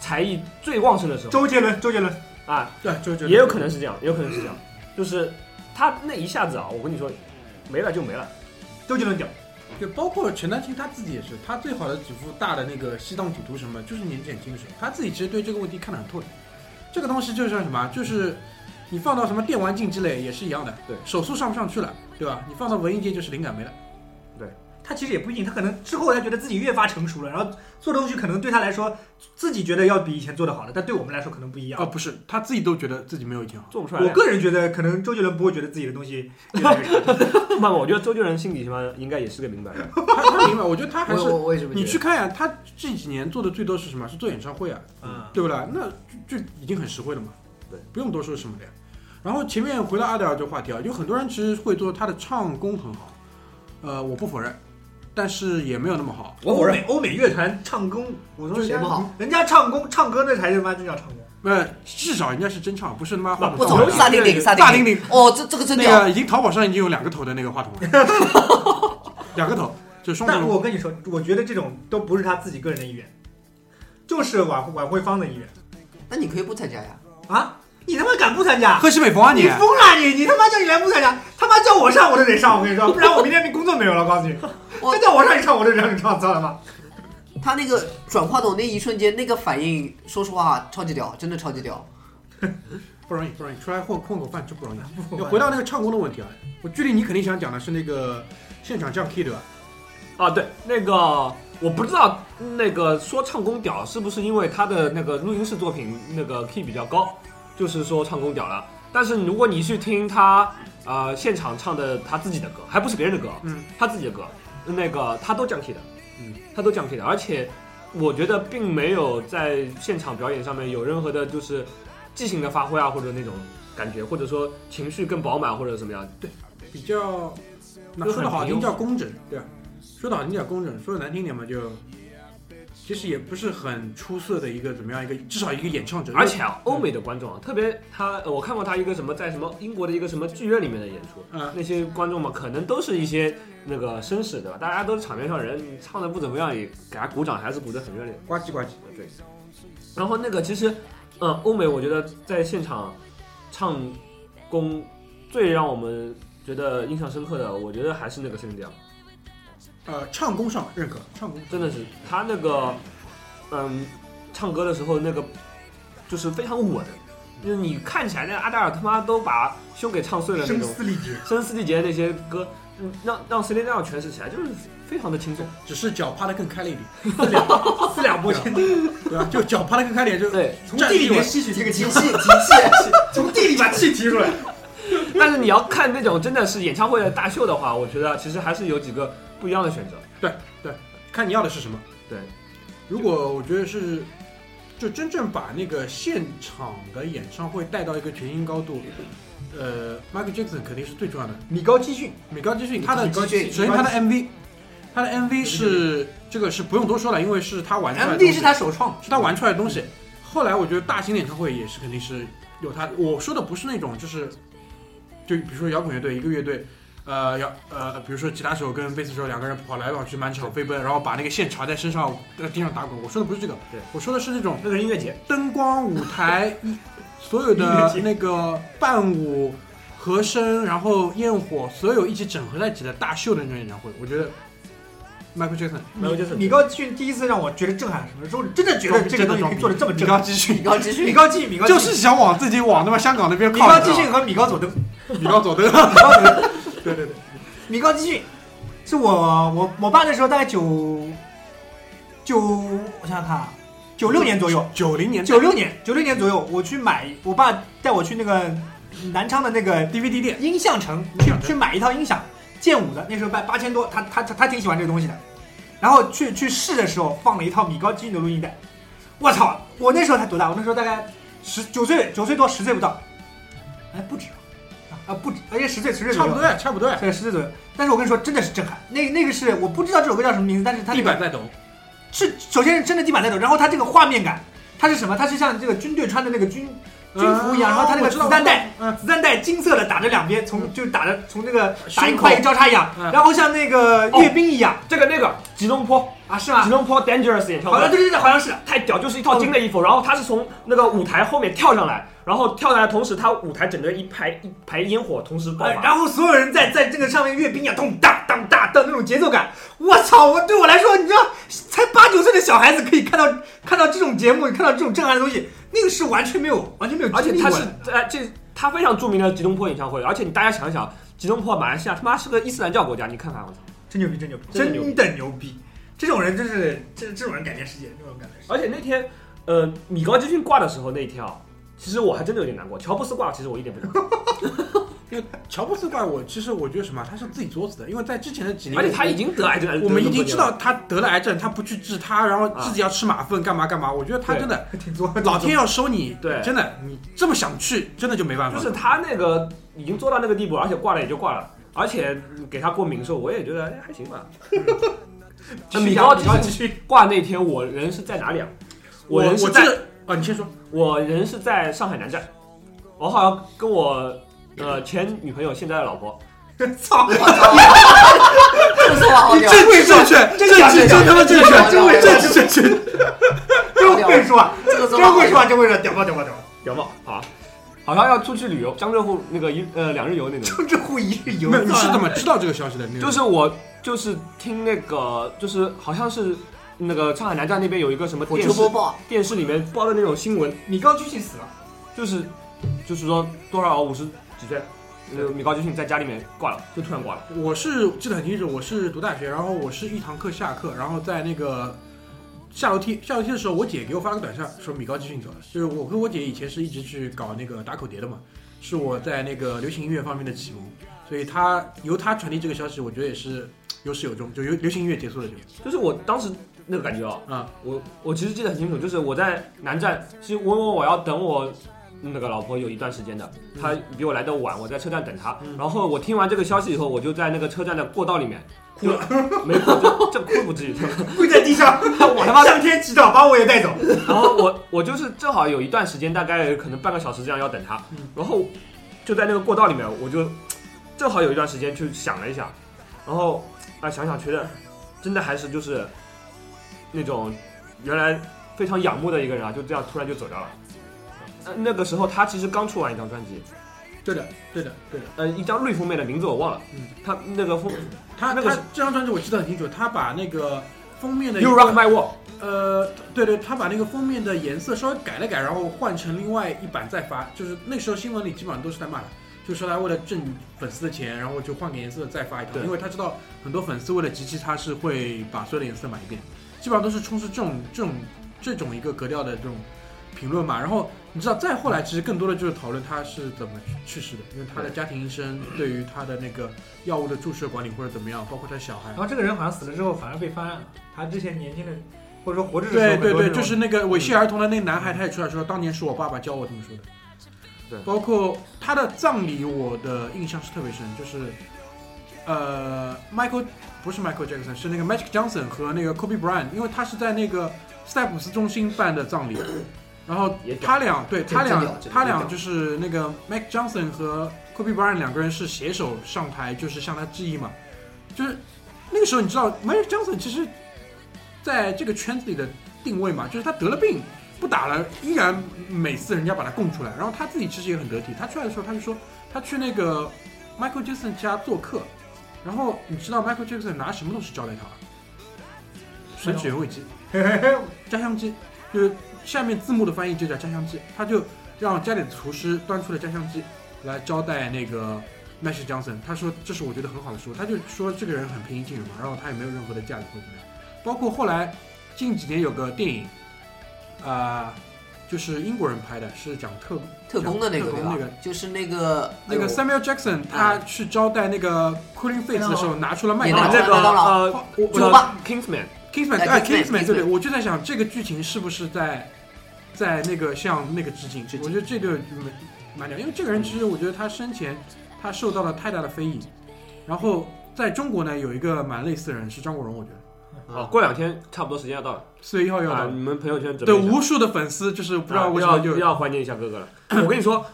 [SPEAKER 4] 才艺最旺盛的时候
[SPEAKER 3] 周杰伦，周杰伦，
[SPEAKER 4] 啊，
[SPEAKER 2] 对就就
[SPEAKER 4] 也有可能是这样，也有可能是这样，就是他那一下子啊，我跟你说，没了就没了。
[SPEAKER 3] 周杰伦屌，
[SPEAKER 2] 就包括陈丹青他自己也是，他最好的几幅大的那个西藏主图什么，就是年纪很轻的时候，他自己其实对这个问题看得很透的。这个东西就像什么，就是你放到什么电玩竞技类也是一样的，
[SPEAKER 4] 对
[SPEAKER 2] 手速上不上去了，对吧？你放到文艺界就是灵感没了。
[SPEAKER 3] 他其实也不一定，他可能之后他觉得自己越发成熟了，然后做东西可能对他来说自己觉得要比以前做的好了，但对我们来说可能不一样。
[SPEAKER 2] 啊，不是，他自己都觉得自己没有以前好。
[SPEAKER 4] 做不出来。
[SPEAKER 3] 我个人觉得，可能周杰伦不会觉得自己的东西越来越差
[SPEAKER 4] 不嘛，我觉得周杰伦心里嘛应该也是个明白人。
[SPEAKER 2] 他他明白，我觉得他还
[SPEAKER 5] 我
[SPEAKER 2] 是
[SPEAKER 5] 我我也是不觉
[SPEAKER 2] 你
[SPEAKER 5] 得
[SPEAKER 2] 去看呀、他这几年做的最多是什么？是做演唱会啊，
[SPEAKER 3] 嗯
[SPEAKER 2] 对不啦？那就就已经很实惠了嘛，
[SPEAKER 4] 对，
[SPEAKER 2] 不用多说什么的呀。然后前面回到阿德尔这个话题啊，有很多人其实会做他的唱功很好，呃，我不否认，但是也没有那么好。
[SPEAKER 3] 我否认，欧美乐团唱功，我说
[SPEAKER 5] 谁不好？
[SPEAKER 3] 人家唱功唱歌那才他妈就叫唱功。
[SPEAKER 2] 那至少人家是真唱，不是他妈话筒
[SPEAKER 5] 不
[SPEAKER 2] 上
[SPEAKER 5] 走
[SPEAKER 2] 的
[SPEAKER 5] 萨顶顶，萨
[SPEAKER 2] 大
[SPEAKER 5] 顶
[SPEAKER 2] 顶顶。
[SPEAKER 5] 哦，这这个真
[SPEAKER 2] 那
[SPEAKER 5] 屌，
[SPEAKER 2] 个已经淘宝上已经有两个头的那个话筒了，两个头，就双头
[SPEAKER 3] 但
[SPEAKER 2] 龙。
[SPEAKER 3] 我跟你说，我觉得这种都不是他自己个人的意愿，就是晚晚会芳的意愿
[SPEAKER 5] 那你可以不参加呀。
[SPEAKER 3] 啊！你他妈敢不参加？
[SPEAKER 2] 喝西北风啊
[SPEAKER 3] 你疯了你！你他妈叫你来不参加，他妈叫我上我都得上，我跟你说，不然我明天工作没有了。我告诉你，
[SPEAKER 5] 我
[SPEAKER 3] 他叫我让你上我就让你上，知道了吗？
[SPEAKER 5] 他那个转话筒那一瞬间，那个反应，说实话，啊超级屌，真的超级屌。
[SPEAKER 2] 不容易，不容易，出来混混口饭真不容
[SPEAKER 4] 啊
[SPEAKER 2] 易。
[SPEAKER 3] 容易
[SPEAKER 2] 就回到那个唱功的问题啊，我距离你肯定想讲的是那个现场降 key 对吧？
[SPEAKER 4] 啊，对，那个我不知道那个说唱功屌是不是因为他的那个录音室作品那个 key 比较高，就是说唱功屌了。但是如果你去听他呃现场唱的他自己的歌，还不是别人的歌，
[SPEAKER 2] 嗯，
[SPEAKER 4] 他自己的歌，那个他都降 key 的，
[SPEAKER 2] 嗯，
[SPEAKER 4] 他都降 key 的，而且我觉得并没有在现场表演上面有任何的就是即兴的发挥啊，或者那种感觉，或者说情绪更饱满或者怎么样，
[SPEAKER 2] 比较，那
[SPEAKER 4] 就
[SPEAKER 2] 说
[SPEAKER 4] 很
[SPEAKER 2] 的好
[SPEAKER 4] 平
[SPEAKER 2] 听叫工整，对吧？说的好听叫工整，说的难听点嘛就，其实也不是很出色的一个怎么样一个，至少一个演唱者。
[SPEAKER 4] 而且啊，欧美的观众啊，特别他，呃我看过他一个什么在什么英国的一个什么剧院里面的演出，
[SPEAKER 2] 嗯
[SPEAKER 4] 那些观众嘛，可能都是一些那个绅士，对吧？大家都是场面上人，你唱的不怎么样，也给他鼓掌，还是鼓得很热烈。
[SPEAKER 2] 呱唧呱唧，
[SPEAKER 4] 对。然后那个其实，嗯，欧美我觉得在现场唱功最让我们觉得印象深刻的，我觉得还是那个 c i n d
[SPEAKER 2] 呃，唱功上认可，唱功
[SPEAKER 4] 真的是他那个，嗯，唱歌的时候那个就是非常稳，就是你看起来那个阿黛尔他妈都把胸给唱碎了那
[SPEAKER 3] 声
[SPEAKER 4] 种，
[SPEAKER 3] 嘶力竭，
[SPEAKER 4] 声嘶力竭那些歌，嗯，让让 c e l i n 诠释起来就是非常的轻 松。
[SPEAKER 2] 只是脚趴得更开了一点，
[SPEAKER 3] 四两拨千斤，
[SPEAKER 2] 对吧？就脚趴得更开点，就
[SPEAKER 4] 对，
[SPEAKER 3] 从地里面吸取这个
[SPEAKER 5] 集
[SPEAKER 3] 气
[SPEAKER 5] 气，集气，
[SPEAKER 3] 从地里把气提出来。
[SPEAKER 4] 但是你要看那种真的是演唱会的大秀的话，我觉得其实还是有几个不一样的选择。
[SPEAKER 2] 看你要的是什么。
[SPEAKER 4] 对，
[SPEAKER 2] 如果我觉得是，就真正把那个现场的演唱会带到一个全新高度，呃，Michael Jackson 肯定是最重要的。
[SPEAKER 3] 米高基训，
[SPEAKER 2] 米高基逊他的
[SPEAKER 5] 米高
[SPEAKER 2] 首
[SPEAKER 5] 基逊
[SPEAKER 2] 先他的 MV，他的 MV 是这个是不用多说了，因为是他玩出来的东
[SPEAKER 5] MV
[SPEAKER 2] 西
[SPEAKER 5] 是他首创，
[SPEAKER 2] 是他玩出来的东西。后来我觉得大型演唱会也是肯定是有他，我说的不是那种就是，就比如说摇滚乐队一个乐队，呃摇呃比如说吉他手跟贝斯手两个人跑来跑去满场飞奔，然后把那个线缠在身上，在地上打滚。我说的不是这个
[SPEAKER 4] 对，
[SPEAKER 2] 我说的是那种
[SPEAKER 3] 那个音乐节，
[SPEAKER 2] 灯光舞台，一所有的那个伴舞、和声，然后焰火，所有一起整合在一起的大秀的那种演唱会，我觉得 Michael Jackson
[SPEAKER 4] 没有就是
[SPEAKER 3] 米高基训第一次让我觉得震撼，什么时候真的觉得哦这个东西可以做的这么
[SPEAKER 2] 比
[SPEAKER 3] 震
[SPEAKER 2] 高
[SPEAKER 3] 撼？
[SPEAKER 2] 基
[SPEAKER 5] 米
[SPEAKER 2] 逊，
[SPEAKER 5] 高基
[SPEAKER 3] 米
[SPEAKER 5] 训，
[SPEAKER 3] 高基，米高基
[SPEAKER 2] 就是想往自己往他妈香港那边
[SPEAKER 3] 米
[SPEAKER 2] 靠，
[SPEAKER 3] 高基训和米高佐登，
[SPEAKER 2] 比高走的，
[SPEAKER 3] 米高佐登。
[SPEAKER 2] 对对对，
[SPEAKER 3] 米高基训，是我我我爸那时候大概九九，我想想看，啊，九六年左右，
[SPEAKER 2] 九零年代
[SPEAKER 3] 九六年九六年左右，我去买，我爸带我去那个南昌的那个
[SPEAKER 2] DVD 店，
[SPEAKER 3] 音像城
[SPEAKER 2] 音
[SPEAKER 3] 去
[SPEAKER 2] 像城
[SPEAKER 3] 去买一套音响，剑舞的，那时候卖八千多，他他他他挺喜欢这个东西的。然后去去试的时候放了一套米高基训的录音带，我操！我那时候才多大？我那时候大概十九岁九岁多十岁不到，哎不止啊啊不止，而且十岁十岁左
[SPEAKER 2] 差
[SPEAKER 3] 右
[SPEAKER 2] 不多呀，差不多呀，
[SPEAKER 3] 对，十岁左右。但是我跟你说，真的是震撼。那那个是我不知道这首歌叫什么名字，但是它那
[SPEAKER 2] 地
[SPEAKER 3] 个
[SPEAKER 2] 板在抖，
[SPEAKER 3] 是首先是真的地板在抖，然后它这个画面感，它是什么？它是像这个军队穿的那个军军服一样，
[SPEAKER 2] 嗯
[SPEAKER 3] 然后它那
[SPEAKER 2] 我
[SPEAKER 3] 个
[SPEAKER 2] 知
[SPEAKER 3] 子
[SPEAKER 2] 道
[SPEAKER 3] 弹带
[SPEAKER 2] 我知道嗯，
[SPEAKER 3] 子弹带金色的打着两边，从就是打着从那个打
[SPEAKER 2] 胸
[SPEAKER 3] 一
[SPEAKER 2] 口
[SPEAKER 3] 块一交叉一样
[SPEAKER 2] 嗯，哦
[SPEAKER 3] 然后像那个阅兵一样，
[SPEAKER 4] 这个那个吉隆坡，
[SPEAKER 3] 啊，是吗？
[SPEAKER 4] Jerome Paul Dangerous 演唱
[SPEAKER 3] 好像对
[SPEAKER 4] 会。
[SPEAKER 3] 对对，好像是的。
[SPEAKER 4] 太屌，就是一套金的衣服，然后他是从那个舞台后面跳上来，然后跳上来的同时，他舞台整个一排一排烟火同时爆
[SPEAKER 3] 呃
[SPEAKER 4] 发，
[SPEAKER 3] 然后所有人在在这个上面阅兵啊，咚哒当哒的那种节奏感，我操！我对我来说，你知道，才八九岁的小孩子可以看到看到这种节目，看到这种震撼的东西，那个是完全没有完全没有
[SPEAKER 4] 而且
[SPEAKER 3] 经历
[SPEAKER 4] 他
[SPEAKER 3] 过的，
[SPEAKER 4] 是呃，这他非常著名的吉隆坡演唱会，而且你大家想一想，吉隆坡马来西亚他妈是个伊斯兰教国家，你看看我操！
[SPEAKER 3] 真牛逼，真牛逼，
[SPEAKER 4] 真的牛逼
[SPEAKER 3] 真的牛逼！这种人就是这这种人改变世界，这种人改变世界。
[SPEAKER 4] 而且那天，呃，米高基逊挂的时候那一天啊，其实我还真的有点难过。乔布斯挂，其实我一点不难 过，
[SPEAKER 2] 因为乔布斯怪我，其实我觉得什么，他是自己作死的，因为在之前的几年，
[SPEAKER 4] 而且他已经得癌症了，
[SPEAKER 2] 我们已经
[SPEAKER 4] 得
[SPEAKER 2] 知
[SPEAKER 4] 了
[SPEAKER 2] 道他得了癌症，他不去治他，然后
[SPEAKER 4] 啊
[SPEAKER 2] 自己要吃马粪干嘛干嘛，我觉得他真的
[SPEAKER 3] 挺多，
[SPEAKER 2] 老天要收你，
[SPEAKER 4] 对
[SPEAKER 2] 真的你这么想去，真的就没办法
[SPEAKER 4] 就
[SPEAKER 2] 了。
[SPEAKER 4] 是他那个已经做到那个地步，而且挂了也就挂了，而且给他过名寿，我也觉得哎还行吧。那米高基
[SPEAKER 3] 继
[SPEAKER 4] 逊
[SPEAKER 3] 续。
[SPEAKER 4] 挂那天，我人是在哪里啊？
[SPEAKER 2] 我
[SPEAKER 4] 人
[SPEAKER 2] 我
[SPEAKER 4] 是
[SPEAKER 2] 这
[SPEAKER 4] 在
[SPEAKER 2] 个啊，你先说，
[SPEAKER 4] 我人是在上海南站，我好像跟我呃前女朋友现在的老婆，
[SPEAKER 3] 操！
[SPEAKER 5] 这说法好
[SPEAKER 2] 你
[SPEAKER 5] 屌，
[SPEAKER 2] 政治正确，
[SPEAKER 3] 真
[SPEAKER 2] 政治
[SPEAKER 5] 真
[SPEAKER 2] 真他妈正确，政
[SPEAKER 5] 真真
[SPEAKER 2] 治正确。
[SPEAKER 3] 真会说 啊，
[SPEAKER 5] 这个说法
[SPEAKER 3] 真
[SPEAKER 5] 好
[SPEAKER 3] 会说
[SPEAKER 5] 屌。
[SPEAKER 3] 啊，真会说，屌吧屌吧 屌吧！
[SPEAKER 4] 有吗？啊，好像要出去旅游，江浙沪那个一呃两日游那 种。
[SPEAKER 3] 就这户一日游
[SPEAKER 2] 没，有，你是怎么知道这个消息的？那个
[SPEAKER 4] 就是我就是听那个就是好像是那个上海南站那边有一个什么
[SPEAKER 5] 火
[SPEAKER 4] 电
[SPEAKER 5] 车
[SPEAKER 4] 视
[SPEAKER 5] 播报，
[SPEAKER 4] 电视里面报的那种新闻，
[SPEAKER 3] 米高居逊死了，
[SPEAKER 4] 就是就是说多少五十几岁，呃米高基逊在家里面挂了，就突然挂了。
[SPEAKER 2] 我是记得很清楚，我是读大学，然后我是一堂课下课，然后在那个下楼梯下楼梯的时候，我姐给我发了个短信，说米高基逊走了。就是我跟我姐以前是一直去搞那个打口碟的嘛，是我在那个流行音乐方面的启蒙，所以她由她传递这个消息，我觉得也是有始有终，就流流行音乐结束了就
[SPEAKER 4] 就是我当时那个感觉啊，
[SPEAKER 2] 啊，
[SPEAKER 4] 我我其实记得很清楚，就是我在南站，其实我我我要等我那个老婆有一段时间的，她比我来的晚，我在车站等她。然后我听完这个消息以后，我就在那个车站的过道里面哭了，没哭这这哭不至于。
[SPEAKER 3] 跪在地上，
[SPEAKER 4] 我他妈
[SPEAKER 3] 向天祈祷，把我也带走。
[SPEAKER 4] 然后我我就是正好有一段时间，大概可能半个小时这样要等他，
[SPEAKER 2] 嗯
[SPEAKER 4] 然后就在那个过道里面，我就正好有一段时间去想了一下，然后啊、想想觉得真的还是就是那种原来非常仰慕的一个人啊，就这样突然就走掉了。呃，那个时候他其实刚出完一张专辑，
[SPEAKER 2] 对的对的对的。
[SPEAKER 4] 呃，一张绿封面的名字我忘了，
[SPEAKER 2] 嗯
[SPEAKER 4] 他那个封
[SPEAKER 2] 她
[SPEAKER 4] 那个
[SPEAKER 2] 她
[SPEAKER 4] 是
[SPEAKER 2] 这张专辑我记得很清楚，她把那个封面的
[SPEAKER 4] You
[SPEAKER 2] 一个
[SPEAKER 4] Rock My World，
[SPEAKER 2] 呃，对对，他把那个封面的颜色稍微改了改，然后换成另外一版再发。就是那时候新闻里基本上都是在骂他，就说他为了挣粉丝的钱，然后就换个颜色再发一套，
[SPEAKER 4] 对
[SPEAKER 2] 因为他知道很多粉丝为了集齐他是会把所有的颜色买一遍，基本上都是充斥这种这种这种一个格调的这种评论嘛。然后你知道，再后来其实更多的就是讨论他是怎么去去世的，因为他的家庭医生对于他的那个药物的注射管理或者怎么样，包括他小孩
[SPEAKER 3] 然。后这个人好像死了之后反而被翻案了，他之前年轻的或者说活着的时候
[SPEAKER 2] 对
[SPEAKER 3] 很
[SPEAKER 2] 对
[SPEAKER 3] 多这
[SPEAKER 2] 对，
[SPEAKER 3] 种 嗯
[SPEAKER 2] 就是那个猥亵儿童的那个男孩，他也出来说，当年是我爸爸教我这么说的。
[SPEAKER 4] 对
[SPEAKER 2] 包括他的葬礼，我的印象是特别深，就是呃，Michael 不是 Michael Jackson，是那个 Magic Johnson 和那个 Kobe Bryant，因为他是在那个斯泰普斯中心办的葬礼，然后
[SPEAKER 4] 也屌
[SPEAKER 2] 他俩对他
[SPEAKER 5] 真屌
[SPEAKER 2] 俩
[SPEAKER 5] 真
[SPEAKER 2] 他
[SPEAKER 5] 真
[SPEAKER 2] 俩
[SPEAKER 5] 屌
[SPEAKER 2] 就是那个 Magic Johnson 和 Kobe Bryant 两个人是携手上台，就是向他致意嘛，就是那个时候你知道 Magic Johnson 其实在这个圈子里的定位嘛，就是他得了病不打了，依然每次人家把他供出来，然后他自己其实也很得体。他出来的时候，他就说他去那个 Michael Jackson 家做客，然后你知道 Michael Jackson 拿什么东西招待他吗？神曲原味鸡，家乡鸡，就是下面字幕的翻译就叫家乡鸡。他就让家里的厨师端出了家乡鸡来招待那个麦氏江森。他说这是我觉得很好的食物，他就说这个人很平易近人嘛，然后他也没有任何的架子或者怎么样。包括后来近几年有个电影，啊、就是英国人拍的，是讲特
[SPEAKER 5] 特工的那个
[SPEAKER 2] 特
[SPEAKER 5] 对
[SPEAKER 2] 工
[SPEAKER 5] 吧
[SPEAKER 2] 那个？
[SPEAKER 5] 就是那个
[SPEAKER 2] 那个
[SPEAKER 5] 哎呦
[SPEAKER 2] Samuel Jackson 他去招待那个 Cooling Face 的时候，拿出了麦
[SPEAKER 5] 也
[SPEAKER 2] 当
[SPEAKER 5] 哎拿
[SPEAKER 2] 劳
[SPEAKER 5] 出来
[SPEAKER 4] 啊那个
[SPEAKER 5] 麦当劳
[SPEAKER 4] 呃
[SPEAKER 2] 我
[SPEAKER 5] 酒吧
[SPEAKER 4] Kingsman，
[SPEAKER 2] Kingsman
[SPEAKER 4] 呃
[SPEAKER 5] 哎
[SPEAKER 2] 啊
[SPEAKER 5] Kingsman，
[SPEAKER 2] Kingsman 对对，
[SPEAKER 5] Kingsman
[SPEAKER 2] 我就在想这个剧情是不是在在那个向那个致敬
[SPEAKER 5] 致？敬
[SPEAKER 2] 我觉得这个蛮蛮屌，因为这个人其实我觉得他生前他受到了太大的非议，然后在中国呢有一个蛮类似的人是张国荣，我觉得
[SPEAKER 4] 哦，过两天差不多时间要到了，
[SPEAKER 2] 四月一号要
[SPEAKER 4] 啊，
[SPEAKER 2] 到
[SPEAKER 4] 你们朋友圈准备
[SPEAKER 2] 对
[SPEAKER 4] 一下
[SPEAKER 2] 无数的粉丝就是不知道为什
[SPEAKER 4] 啊要
[SPEAKER 2] 么就
[SPEAKER 4] 要怀念一下哥哥 了。我跟你说，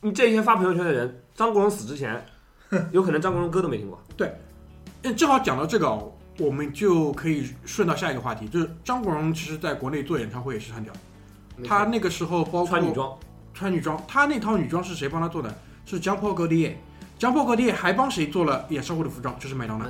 [SPEAKER 4] 你这些发朋友圈的人， 张国荣死之前，有可能张国荣歌都没听过。
[SPEAKER 2] 哎嗯，正好讲到这个哦，我们就可以顺到下一个话题，就是张国荣其实在国内做演唱会也是很屌，他那个时候包括
[SPEAKER 4] 穿女装，
[SPEAKER 2] 穿女装，他那套女装是谁帮他做的？是江破格迪耶，江破格迪耶还帮谁做了演唱会的服装？就是麦当
[SPEAKER 3] 嗯
[SPEAKER 2] 娜，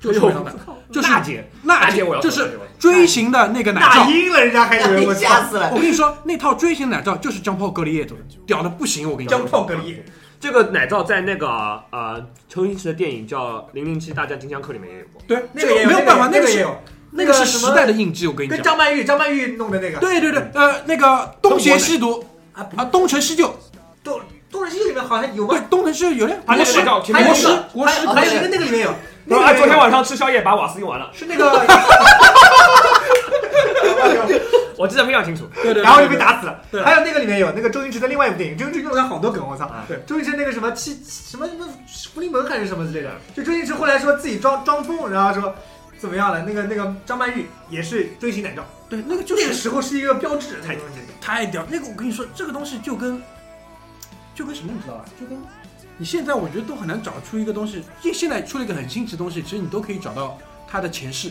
[SPEAKER 2] 就是麦当娜，就是
[SPEAKER 4] 娜姐，
[SPEAKER 2] 娜
[SPEAKER 4] 娜姐我要
[SPEAKER 2] 就
[SPEAKER 4] 说
[SPEAKER 2] 是锥形的那个奶罩
[SPEAKER 3] 打。阴了，人家还以 为我
[SPEAKER 5] 哎吓
[SPEAKER 3] 操，
[SPEAKER 5] 死了！
[SPEAKER 2] 我跟你说，那套锥形奶罩就是江泡格里耶做的，屌的不行。我跟你
[SPEAKER 3] 江
[SPEAKER 2] 说，
[SPEAKER 3] 炮隔离，
[SPEAKER 4] 这个奶罩在那个呃周星驰的电影叫《零零七大战金枪客》里面也有过。
[SPEAKER 2] 对，
[SPEAKER 3] 那个也
[SPEAKER 2] 这没有办法，
[SPEAKER 3] 那
[SPEAKER 2] 个
[SPEAKER 3] 个也
[SPEAKER 2] 是
[SPEAKER 3] 有，
[SPEAKER 2] 那个是
[SPEAKER 3] 什么
[SPEAKER 2] 时代的印记。我跟你
[SPEAKER 3] 跟
[SPEAKER 2] 讲，
[SPEAKER 3] 张曼玉张曼玉弄的那个，
[SPEAKER 2] 对对对，呃，那个东邪西毒
[SPEAKER 3] 啊不
[SPEAKER 2] 啊，东成西就，
[SPEAKER 3] 东东成西里面好像有
[SPEAKER 2] 对
[SPEAKER 3] 吗？，
[SPEAKER 2] 东成西就有点
[SPEAKER 4] 啊那
[SPEAKER 2] 国
[SPEAKER 4] 个
[SPEAKER 2] 师
[SPEAKER 4] 奶罩前
[SPEAKER 3] 还
[SPEAKER 4] 面
[SPEAKER 3] 有
[SPEAKER 2] 国
[SPEAKER 3] 一
[SPEAKER 2] 师
[SPEAKER 3] 个，
[SPEAKER 2] 国
[SPEAKER 3] 还
[SPEAKER 2] 师
[SPEAKER 3] 有
[SPEAKER 2] 国
[SPEAKER 3] 还有一个
[SPEAKER 2] 师，
[SPEAKER 3] 那个里面有，那
[SPEAKER 4] 然
[SPEAKER 3] 个
[SPEAKER 4] 后
[SPEAKER 3] 里面
[SPEAKER 4] 他啊昨
[SPEAKER 3] 有
[SPEAKER 4] 天晚上吃宵夜把瓦斯用完了，
[SPEAKER 3] 是那个，
[SPEAKER 4] 我记得非常清楚。
[SPEAKER 2] 对 对，
[SPEAKER 3] 然后就被打死了
[SPEAKER 2] 对。
[SPEAKER 3] 还有那个里面有那个周星驰的另外一部电影，周星驰用了他好多梗，我操！
[SPEAKER 2] 对
[SPEAKER 3] 周星驰那个什么七什么什么狐狸门还是什么之类的，就周星驰后来说自己装装疯，然后说怎么样了？那个那个张曼玉也是锥形奶罩，
[SPEAKER 2] 对，那个就
[SPEAKER 3] 那个
[SPEAKER 2] 是
[SPEAKER 3] 时候是一个标志，那个东西。
[SPEAKER 2] 太屌。那个我跟你说，这个东西就跟就跟什么你知道吧？就跟你现在我觉得都很难找出一个东西，现现在出了一个很新奇的东西，其实你都可以找到它的前世。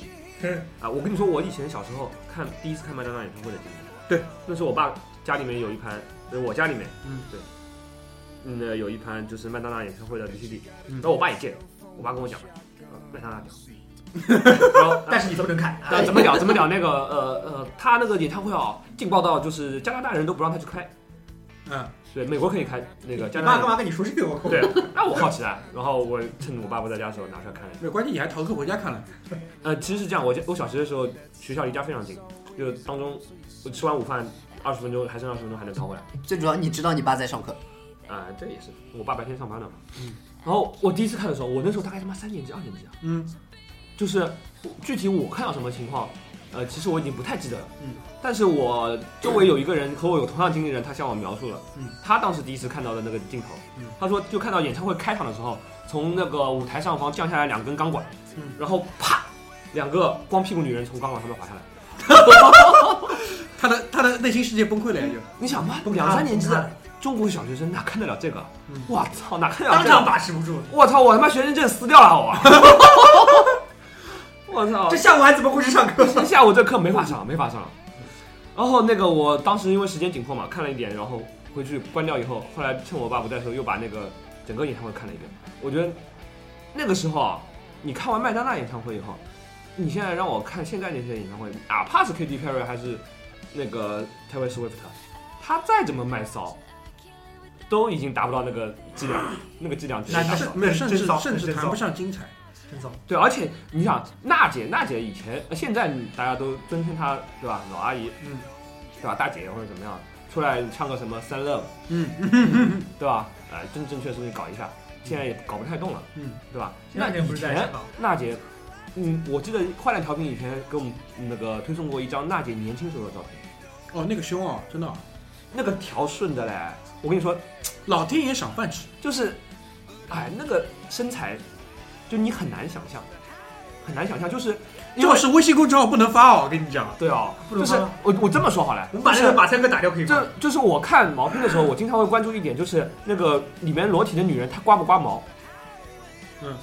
[SPEAKER 4] 啊，我跟你说，我以前小时候看第一次看麦当娜演唱会的经历。
[SPEAKER 2] 对，
[SPEAKER 4] 那时候我爸家里面有一盘，呃，我家里面，
[SPEAKER 2] 嗯，
[SPEAKER 4] 对，嗯，呃有一盘就是麦当娜演唱会的 VCD，
[SPEAKER 2] 嗯
[SPEAKER 4] 然后我爸也借，我爸跟我讲，呃麦当娜屌，然后
[SPEAKER 3] 但是你都不能看，
[SPEAKER 4] 呃怎么屌怎么屌那个呃呃，他那个演唱会啊，劲爆到就是加拿大人都不让他去开，
[SPEAKER 2] 嗯，
[SPEAKER 4] 对，美国可以开，那个加
[SPEAKER 3] 你
[SPEAKER 4] 拿大
[SPEAKER 3] 爸干
[SPEAKER 4] 人。
[SPEAKER 3] 嘛跟你说这个？我靠！
[SPEAKER 4] 对，那我好奇啊，然后我趁我爸不在家的时候拿出来看了一下。
[SPEAKER 2] 没有关键，你还逃课回家看了。
[SPEAKER 4] 呃，其实是这样，我家我小学的时候学校离家非常近，就是当中我吃完午饭二十分钟还剩二十分钟还能逃回来，
[SPEAKER 5] 最主要你知道你爸在上课，
[SPEAKER 4] 啊、这也是我爸白天上班的嘛。然后我第一次看的时候，我那时候大概他妈三年级二年级啊，
[SPEAKER 2] 嗯，
[SPEAKER 4] 就是具体我看到什么情况，呃，其实我已经不太记得了。嗯，但是我周围有一个人和我有同样经历的人，他向我描述了，
[SPEAKER 2] 嗯，
[SPEAKER 4] 他当时第一次看到的那个镜头，
[SPEAKER 2] 嗯，
[SPEAKER 4] 他说就看到演唱会开场的时候，从那个舞台上方降下来两根钢管，
[SPEAKER 2] 嗯，
[SPEAKER 4] 然后啪，两个光屁股女人从钢管上面滑下来。
[SPEAKER 2] 他的他的内心世界崩溃了呀，就。
[SPEAKER 4] 你想吧，
[SPEAKER 3] 不看了
[SPEAKER 4] 两三年级
[SPEAKER 3] 不看
[SPEAKER 4] 的中国小学生哪看得了这个
[SPEAKER 2] 嗯？
[SPEAKER 4] 我操，哪看得了
[SPEAKER 3] 当
[SPEAKER 4] 这个？
[SPEAKER 3] 场把持不住，
[SPEAKER 4] 我操，我他妈学生证撕掉了我！ 我操
[SPEAKER 3] 这，下午还怎么回去上 课？
[SPEAKER 4] 这下午这课没法上，没法上。然后那个我当时因为时间紧迫嘛，看了一点，然后回去关掉以后，后来趁我爸不在的时候又把那个整个演唱会看了一遍。我觉得那个时候啊，你看完麦当娜演唱会以后，你现在让我看现在那些演唱会，哪怕是 Katy Perry 还是那个 Taylor Swift，他再怎么卖骚，都已经达不到那个质量，那个质量直接达不到。
[SPEAKER 2] 甚没有，甚至
[SPEAKER 3] 真骚
[SPEAKER 2] 甚至
[SPEAKER 3] 真
[SPEAKER 2] 谈
[SPEAKER 3] 骚
[SPEAKER 2] 不上精彩。
[SPEAKER 3] 真糟，
[SPEAKER 4] 对，而且你想，娜姐，娜姐以前，呃现在大家都尊称她，对吧？老阿姨，
[SPEAKER 2] 嗯，
[SPEAKER 4] 对吧？大姐或者怎么样，出来唱个什么《三 love》，
[SPEAKER 2] 嗯，
[SPEAKER 4] 对吧？哎、正正确事情搞一下，现在也搞不太动了，
[SPEAKER 2] 嗯，
[SPEAKER 4] 对吧？
[SPEAKER 3] 那
[SPEAKER 4] 以
[SPEAKER 3] 天不是在
[SPEAKER 4] 前
[SPEAKER 3] 香港，
[SPEAKER 4] 娜姐，嗯，我记得快乐调频以前给我们那个推送过一张娜姐年轻时候的照片，
[SPEAKER 2] 哦，那个胸哦，真的哦、
[SPEAKER 4] 那个调顺的嘞，我跟你说，
[SPEAKER 2] 老天爷赏饭吃。
[SPEAKER 4] 就是，哎，那个身材，就你很难想象，很难想象，就是因
[SPEAKER 2] 这
[SPEAKER 4] 为
[SPEAKER 2] 是微信公众号不能发哦，我跟你讲。
[SPEAKER 4] 对哦，
[SPEAKER 3] 不能
[SPEAKER 4] 就是
[SPEAKER 3] 发吗
[SPEAKER 4] 我我这么说好了，
[SPEAKER 3] 我们把那
[SPEAKER 4] 就是
[SPEAKER 3] 个马赛克打掉可以吗？
[SPEAKER 4] 这就是我看毛片的时候，我经常会关注一点，就是那个里面裸体的女人她刮不刮毛，
[SPEAKER 2] 嗯，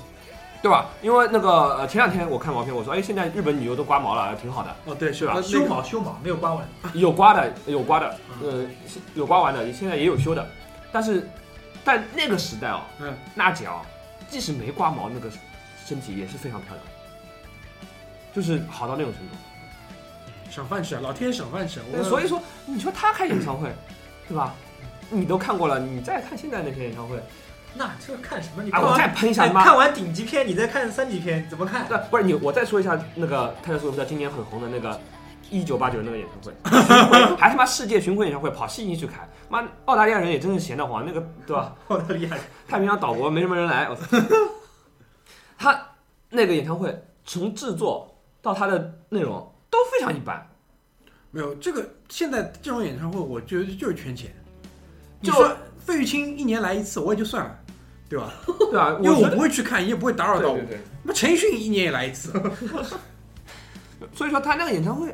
[SPEAKER 4] 对吧？因为那个呃前两天我看毛片，我说哎，现在日本女优都刮毛了，挺好的，
[SPEAKER 2] 哦，对，是
[SPEAKER 4] 吧
[SPEAKER 2] 吧？
[SPEAKER 3] 修
[SPEAKER 2] 胸
[SPEAKER 3] 毛修毛没有刮完，
[SPEAKER 4] 有刮的，有刮的，呃，有刮完的，现在也有修的，但是但那个时代哦，
[SPEAKER 2] 嗯，
[SPEAKER 4] 娜姐哦，即使没刮毛，那个身体也是非常漂亮的，就是好到那种程度。
[SPEAKER 2] 赏饭吃，啊，老天爷赏饭吃啊。
[SPEAKER 4] 对
[SPEAKER 2] 我
[SPEAKER 4] 所以说，你说她开演唱会，对吧？你都看过了，你再看现在那些演唱会，
[SPEAKER 3] 那这看什么？你
[SPEAKER 4] 啊，
[SPEAKER 3] 看
[SPEAKER 4] 我
[SPEAKER 3] 完
[SPEAKER 4] 再喷一下
[SPEAKER 3] 哎
[SPEAKER 4] 你妈！
[SPEAKER 3] 看完顶级片，你再看三级片，怎么看？
[SPEAKER 4] 对，不是你，我再说一下那个泰勒·斯威夫特今年很红的那个一九八九那个演唱会，巡回还他妈世界巡回演唱会跑悉尼去开，妈澳大利亚人也真是闲得慌，那个对吧？
[SPEAKER 3] 澳大利亚人
[SPEAKER 4] 太平洋岛国没什么人来，我操！他那个演唱会从制作到他的内容都非常一般，
[SPEAKER 2] 没有这个，现在这种演唱会，我觉得就是圈钱。你
[SPEAKER 4] 就
[SPEAKER 2] 说费玉清一年来一次，我也就算了，对吧？
[SPEAKER 4] 对吧？
[SPEAKER 2] 因为我
[SPEAKER 4] 觉得
[SPEAKER 2] 不会去看，也不会打扰到我。那陈奕迅一年也来一次，
[SPEAKER 4] 所以说他那个演唱会，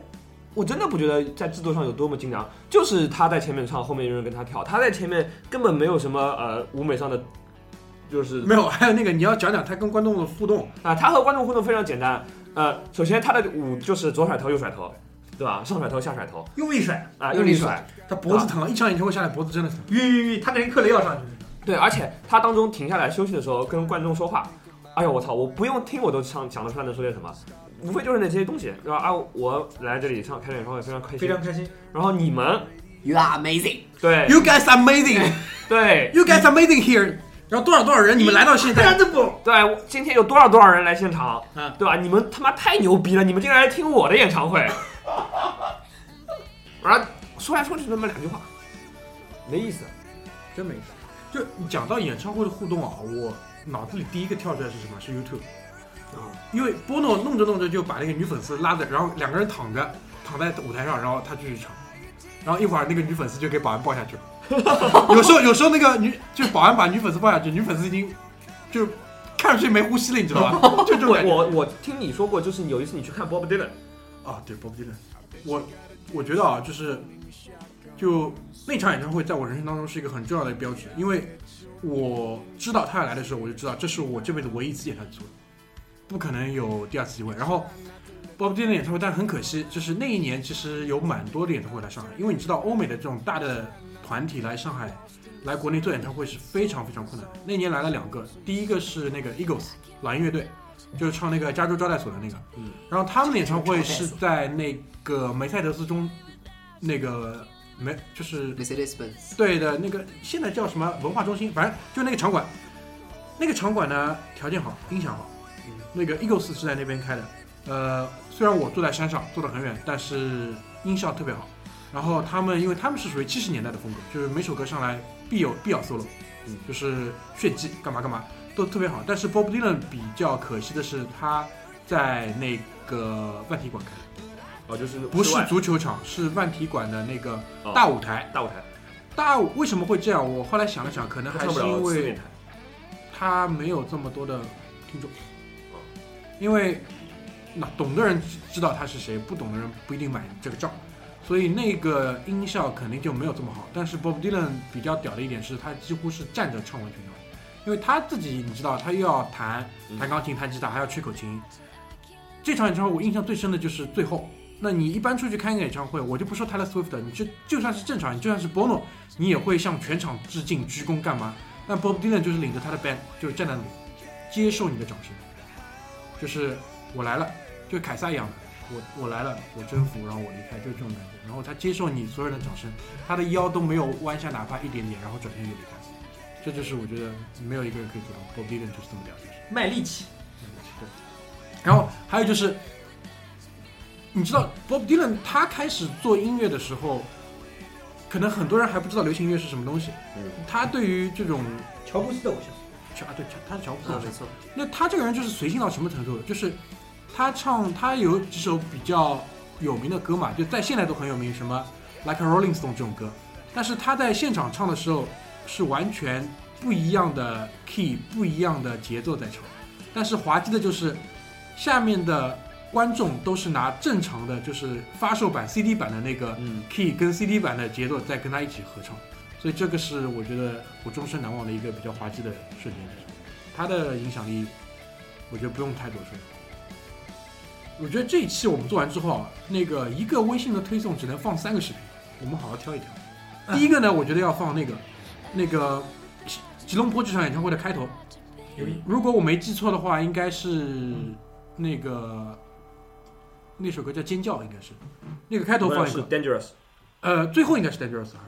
[SPEAKER 4] 我真的不觉得在制作上有多么精良，就是他在前面唱，后面有人跟他跳，他在前面根本没有什么呃舞美上的，就是
[SPEAKER 2] 没有。还有那个，你要讲讲他跟观众的互动，
[SPEAKER 4] 啊、他和观众互动非常简单，
[SPEAKER 6] 呃，首先他的舞就是左甩头右甩头，对吧？上甩头下甩头
[SPEAKER 3] 用力甩，
[SPEAKER 6] 啊，
[SPEAKER 5] 用
[SPEAKER 6] 用
[SPEAKER 5] 力
[SPEAKER 6] 力
[SPEAKER 5] 甩
[SPEAKER 6] 甩。
[SPEAKER 2] 他脖子疼，一场演唱会下来脖子真的疼。
[SPEAKER 3] 晕晕晕，他连克雷要上去。
[SPEAKER 6] 对，而且他当中停下来休息的时候跟观众说话，哎呦我操，我不用听我都想想得出来能说些什么，无非就是那些东西，对吧？啊，我来这里唱开演唱会非常开
[SPEAKER 3] 非
[SPEAKER 6] 心，
[SPEAKER 3] 常开心，
[SPEAKER 6] 然后你们
[SPEAKER 5] You are amazing，
[SPEAKER 6] 对
[SPEAKER 2] You guys are amazing,
[SPEAKER 6] 对
[SPEAKER 2] you guys are amazing here。然后多少多少人，你们来到现 在，
[SPEAKER 3] 的不，
[SPEAKER 6] 对，我今天有多少多少人来现场
[SPEAKER 2] 嗯，
[SPEAKER 6] 对吧？你们他妈太牛逼了，你们竟然来听我的演唱 会，然后说来说去就那么两句话，没意思。
[SPEAKER 2] 真没意思。 就讲到演唱会的互动啊，我脑子里第一个跳出来是什么？是 YouTube。
[SPEAKER 5] 哦
[SPEAKER 2] 因为波诺弄着弄着就把那个女粉丝拉着，然后两个人躺着躺在舞台上，然后他继续唱，然后一会儿那个女粉丝就给保安抱下去了。有时候有时候那个女就保安把女粉丝抱下去，女粉丝已经就看上去没呼吸了，你知道 吧？就这种
[SPEAKER 6] 我
[SPEAKER 2] 感觉。
[SPEAKER 6] 我我听你说过，就是有一次你去看 Bob Dylan，
[SPEAKER 2] 啊，对，Bob Dylan，我我觉得啊，就是就那场演唱会在我人生当中是一个很重要的标志，因为我知道他要来的时候，我就知道这是我这辈子唯一一次演唱会，不可能有第二次机会。然后 Bob Dylan 演唱会，但是很可惜，就是那一年其实有蛮多的演唱会来上海，因为你知道欧美的这种大的团体来上海。来国内做演唱会是非常非常困难的。那年来了两个，第一个是那个 Eagles 蓝乐队，就是唱那个《加州招待所》的那个，然后他们的演唱会是在那个梅赛德斯中，那个梅就是
[SPEAKER 5] Mercedes Benz，
[SPEAKER 2] 对的那个现在叫什么文化中心，反正就那个场馆，那个场馆呢条件好，音响好，那个 Eagles 是在那边开的，呃，虽然我住在山上，坐得很远，但是音效特别好。然后他们因为他们是属于七十年代的风格，就是每首歌上来必有必有 solo，
[SPEAKER 4] 嗯
[SPEAKER 2] 就是炫技干嘛干嘛都特别好。但是 Bob Dylan 比较可惜的是他在那个万体馆开的，
[SPEAKER 4] 哦，就是
[SPEAKER 2] 不
[SPEAKER 4] 室
[SPEAKER 2] 是
[SPEAKER 4] 外
[SPEAKER 2] 足球场，是万体馆的那个
[SPEAKER 4] 哦
[SPEAKER 2] 大舞台。
[SPEAKER 4] 大舞台，
[SPEAKER 2] 大舞为什么会这样？我后来想了想，可能
[SPEAKER 4] 他
[SPEAKER 2] 还
[SPEAKER 4] 唱不
[SPEAKER 2] 是
[SPEAKER 4] 了
[SPEAKER 2] 因
[SPEAKER 4] 四
[SPEAKER 2] 为
[SPEAKER 4] 面台。
[SPEAKER 2] 他没有这么多的听众，因为那懂的人知道他是谁，不懂的人不一定买这个账，所以那个音效肯定就没有这么好。但是 Bob Dylan 比较屌的一点是他几乎是站着唱完全场，因为他自己你知道，他又要弹
[SPEAKER 4] 嗯
[SPEAKER 2] 弹钢琴、弹吉他，还要吹口琴。这场演唱会我印象最深的就是最后。那你一般出去看一个演唱会，我就不说 Taylor Swift，了你就就算是正常，你就算是 Bono，你也会向全场致敬、鞠躬干嘛？那 Bob Dylan 就是领着他的 band，就是站在那里，接受你的掌声，就是我来了，就凯撒一样的，我我来了，我征服，然后我离开，就是这种感觉。然后他接受你所有人的掌声，他的腰都没有弯下哪怕一点点，然后转身就离开。这就是我觉得没有一个人可以做到，Bob Dylan 就是这么屌，就是。
[SPEAKER 3] 卖力气，
[SPEAKER 2] 然后还有就是，你知道 Bob Dylan 他开始做音乐的时候，可能很多人还不知道流行音乐是什么东西。
[SPEAKER 4] 嗯
[SPEAKER 2] 他对于这种
[SPEAKER 3] 乔布斯的偶像，
[SPEAKER 2] 乔啊，对，乔他是乔布斯
[SPEAKER 5] 嗯，
[SPEAKER 2] 老师
[SPEAKER 5] 没。错，
[SPEAKER 2] 那他这个人就是随性到什么程度？就是他唱他有几首比较有名的歌嘛，就在现在都很有名，什么《Like a Rolling Stone》这种歌，但是他在现场唱的时候是完全不一样的 key、不一样的节奏在唱。但是滑稽的就是下面的观众都是拿正常的，就是发售版 CD 版的那个
[SPEAKER 4] 嗯，
[SPEAKER 2] key 跟 CD 版的节奏在跟他一起合唱，所以这个是我觉得我终身难忘的一个比较滑稽的瞬间。他的影响力，我觉得不用太多说。我觉得这一期我们做完之后啊，那个一个微信的推送只能放三个视频，我们好好挑一挑。第一个呢，我觉得要放那个那个吉吉隆坡这场演唱会的开头，如果我没记错的话，应该是那个那首歌叫《尖叫》，应该是那个开头放一个。
[SPEAKER 4] 是 Dangerous。
[SPEAKER 2] 呃，最后应该是 Dangerous 哈。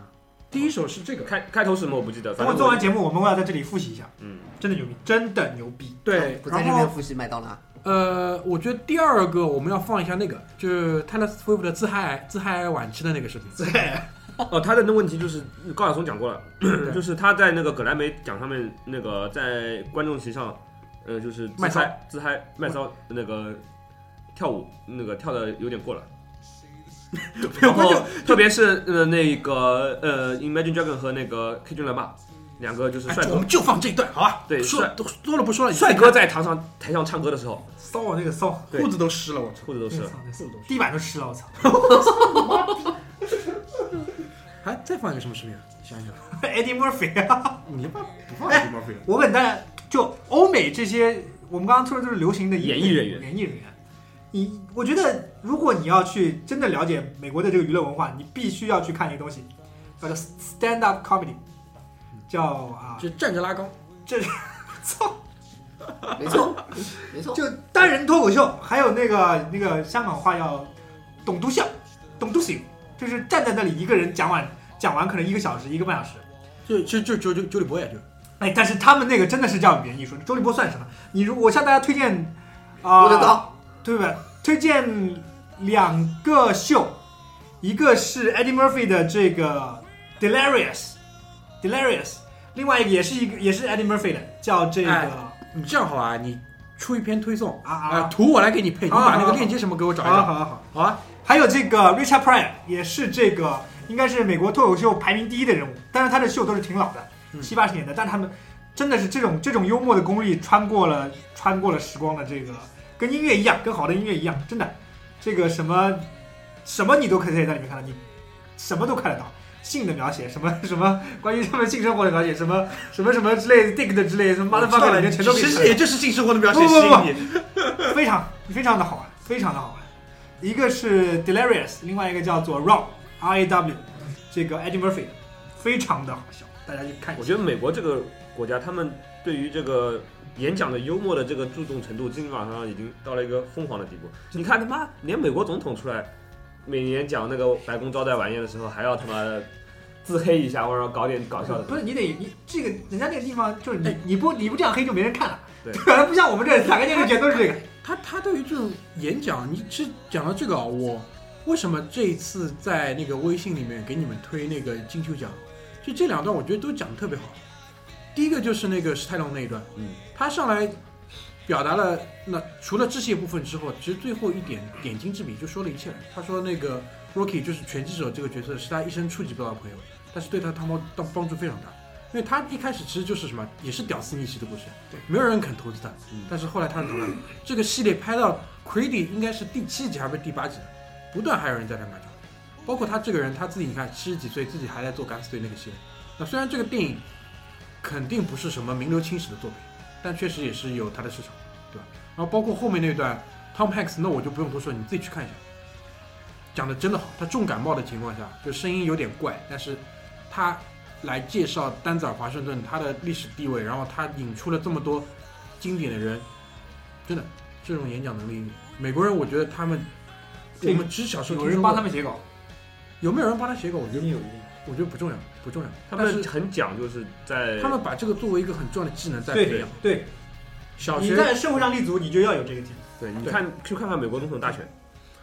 [SPEAKER 2] 第一首是这个，
[SPEAKER 4] 开开头是什么我不记得，
[SPEAKER 3] 等
[SPEAKER 4] 反
[SPEAKER 3] 我
[SPEAKER 4] 正
[SPEAKER 3] 做完节目，我们要在这里复习一下，
[SPEAKER 4] 嗯，
[SPEAKER 3] 真的牛逼，真的牛逼。
[SPEAKER 2] 对，
[SPEAKER 5] 不在
[SPEAKER 2] 然
[SPEAKER 5] 这边
[SPEAKER 2] 后
[SPEAKER 5] 复习麦当劳，
[SPEAKER 2] 呃，我觉得第二个我们要放一下那个，就是 Taylor Swift 的自嗨癌自嗨癌晚期的那个视频。
[SPEAKER 4] 哦，他的那问题就是高晓松讲过了， 就是他在那个葛莱美奖上面那个在观众席上，呃，就是自
[SPEAKER 2] 卖骚
[SPEAKER 4] 嗨自嗨卖骚那个跳舞那个跳的有 点过了。然后，特别是呃那个呃，Imagine Dragon 和那个 K 君来吧，两个就是
[SPEAKER 2] 哎
[SPEAKER 4] 帅
[SPEAKER 2] 我
[SPEAKER 4] 哥
[SPEAKER 2] 们，就放这一段，好吧？
[SPEAKER 4] 对
[SPEAKER 2] 说
[SPEAKER 4] 帅
[SPEAKER 2] 都多了不说了，
[SPEAKER 4] 帅哥在台上台上唱歌的时候，
[SPEAKER 3] 骚啊，那个骚，
[SPEAKER 4] 对
[SPEAKER 2] 裤子都湿了，我操！
[SPEAKER 4] 裤子都
[SPEAKER 3] 我
[SPEAKER 4] 湿了
[SPEAKER 3] 操，。那速度地板都湿了，我操。
[SPEAKER 2] 还再放一个什么视频啊？想一想，
[SPEAKER 3] Eddie Murphy 啊。
[SPEAKER 2] 你不不放 Eddie Murphy 了
[SPEAKER 3] 我问大家，就欧美这些，我们刚刚说的都是流行的
[SPEAKER 4] 演艺人员
[SPEAKER 3] 演艺人员。你我觉得如果你要去真的了解美国的这个娱乐文化，你必须要去看一个东西，叫做 stand up comedy，叫啊，
[SPEAKER 2] 就站着拉高。
[SPEAKER 3] 操，
[SPEAKER 5] 没错，没错，
[SPEAKER 3] 就单人脱口秀，还有那个那个香港话叫懂都笑，懂都行，就是站在那里一个人讲完讲完可能一个小时一个半小时。
[SPEAKER 2] 就就就就就九里波呀，就
[SPEAKER 3] 哎，但是他们那个真的是叫语言艺术。周立波算什么？你如我向大家推荐啊，
[SPEAKER 5] 我的刀，
[SPEAKER 3] 对吧？推荐两个秀，一个是 Eddie Murphy 的这个 Delirious Delirious，另外一个也是一个也是 Eddie Murphy 的，叫这个、
[SPEAKER 2] 哎你这样好啊，你出一篇推送
[SPEAKER 3] 啊啊
[SPEAKER 2] 啊，图我来给你配，你
[SPEAKER 3] 好
[SPEAKER 2] 把那
[SPEAKER 3] 好
[SPEAKER 2] 个
[SPEAKER 3] 好
[SPEAKER 2] 链接什么给我找一
[SPEAKER 3] 好好
[SPEAKER 2] 找，
[SPEAKER 3] 好好，
[SPEAKER 2] 好啊。
[SPEAKER 3] 还有这个 Richard Pryor 也是这个应该是美国脱口秀排名第一的人物，但是他的秀都是挺老的，
[SPEAKER 2] 嗯
[SPEAKER 3] 七八十年代，但他们真的是这种这种幽默的功力穿过了穿过了时光的这个，跟音乐一样，跟好的音乐一样，真的，这个什么什么你都可以在里面看到，你什么都看得到。性的描写，什么什么关于他们性生活的描写，什么什么什么之类，dick 的之类，什么 motherfucker 里面全都可以
[SPEAKER 2] 其
[SPEAKER 3] 看
[SPEAKER 2] 实
[SPEAKER 3] 得到
[SPEAKER 2] 也就是性生活的描写
[SPEAKER 3] 不
[SPEAKER 2] 吸
[SPEAKER 3] 不不
[SPEAKER 2] 引你。
[SPEAKER 3] 非常非常的好玩，非常的好玩。一个是 Delirious，另外一个叫做 Raw R A W，这个 Eddie Murphy，非常的好笑，大家去看一
[SPEAKER 4] 我
[SPEAKER 3] 下。
[SPEAKER 4] 觉得美国这个国家，他们对于这个演讲的幽默的这个注重程度，基本上已经到了一个疯狂的地步。你看他妈，连美国总统出来每年讲那个白宫招待晚宴的时候，还要他妈的自黑一下，或者搞点搞笑的。
[SPEAKER 3] 不是你得你这个人家那个地方就是你
[SPEAKER 2] 哎
[SPEAKER 3] 你不你不这样黑就没人看了，啊
[SPEAKER 4] 对
[SPEAKER 3] 吧？不像我们这打开电视全都是这个。
[SPEAKER 2] 他他对于这种演讲，你是讲到这个啊，我为什么这一次在那个微信里面给你们推那个金球奖？就这两段，我觉得都讲的特别好。第一个就是那个史泰龙那一段，
[SPEAKER 4] 嗯，
[SPEAKER 2] 他上来表达了那除了致谢部分之后，其实最后一点点睛之笔就说了一切了。他说那个 Rocky 就是拳击手这个角色是他一生触及不到的朋友，但是对他他帮帮帮助非常大，因为他一开始其实就是什么也是屌丝逆袭的故事，
[SPEAKER 3] 对，
[SPEAKER 2] 没有人肯投资他，
[SPEAKER 4] 嗯
[SPEAKER 2] 但是后来他投了。这个系列拍到 Creedy 应该是第七集还是第八集了，不断还有人在这买账，包括他这个人他自己，你看七十几岁自己还在做敢死队那个系列，那虽然这个电影肯定不是什么名留青史的作品，但确实也是有它的市场，对吧？然后包括后面那段 Tom Hanks，那我就不用多说，你自己去看一下，讲的真的好。他重感冒的情况下，就声音有点怪，但是他来介绍丹泽尔华盛顿他的历史地位，然后他引出了这么多经典的人，真的这种演讲能力，美国人我觉得他们，我
[SPEAKER 3] 这个
[SPEAKER 2] 们只小时候
[SPEAKER 3] 有
[SPEAKER 2] 听
[SPEAKER 3] 人
[SPEAKER 2] 说
[SPEAKER 3] 帮
[SPEAKER 2] 过
[SPEAKER 3] 他们写稿，
[SPEAKER 2] 有没有人帮他写稿？我觉
[SPEAKER 3] 一
[SPEAKER 2] 得
[SPEAKER 3] 定有，
[SPEAKER 2] 我觉得不重要，不重要。
[SPEAKER 4] 他
[SPEAKER 2] 但
[SPEAKER 4] 们
[SPEAKER 2] 是
[SPEAKER 4] 很讲，就是在
[SPEAKER 2] 他们把这个作为一个很重要的技能在培
[SPEAKER 3] 对
[SPEAKER 2] 养。
[SPEAKER 3] 对，
[SPEAKER 2] 小
[SPEAKER 3] 你
[SPEAKER 2] 学
[SPEAKER 3] 在社会上立足，你就要有这个技能。
[SPEAKER 4] 对，你
[SPEAKER 2] 对
[SPEAKER 4] 看去看看美国总统大选，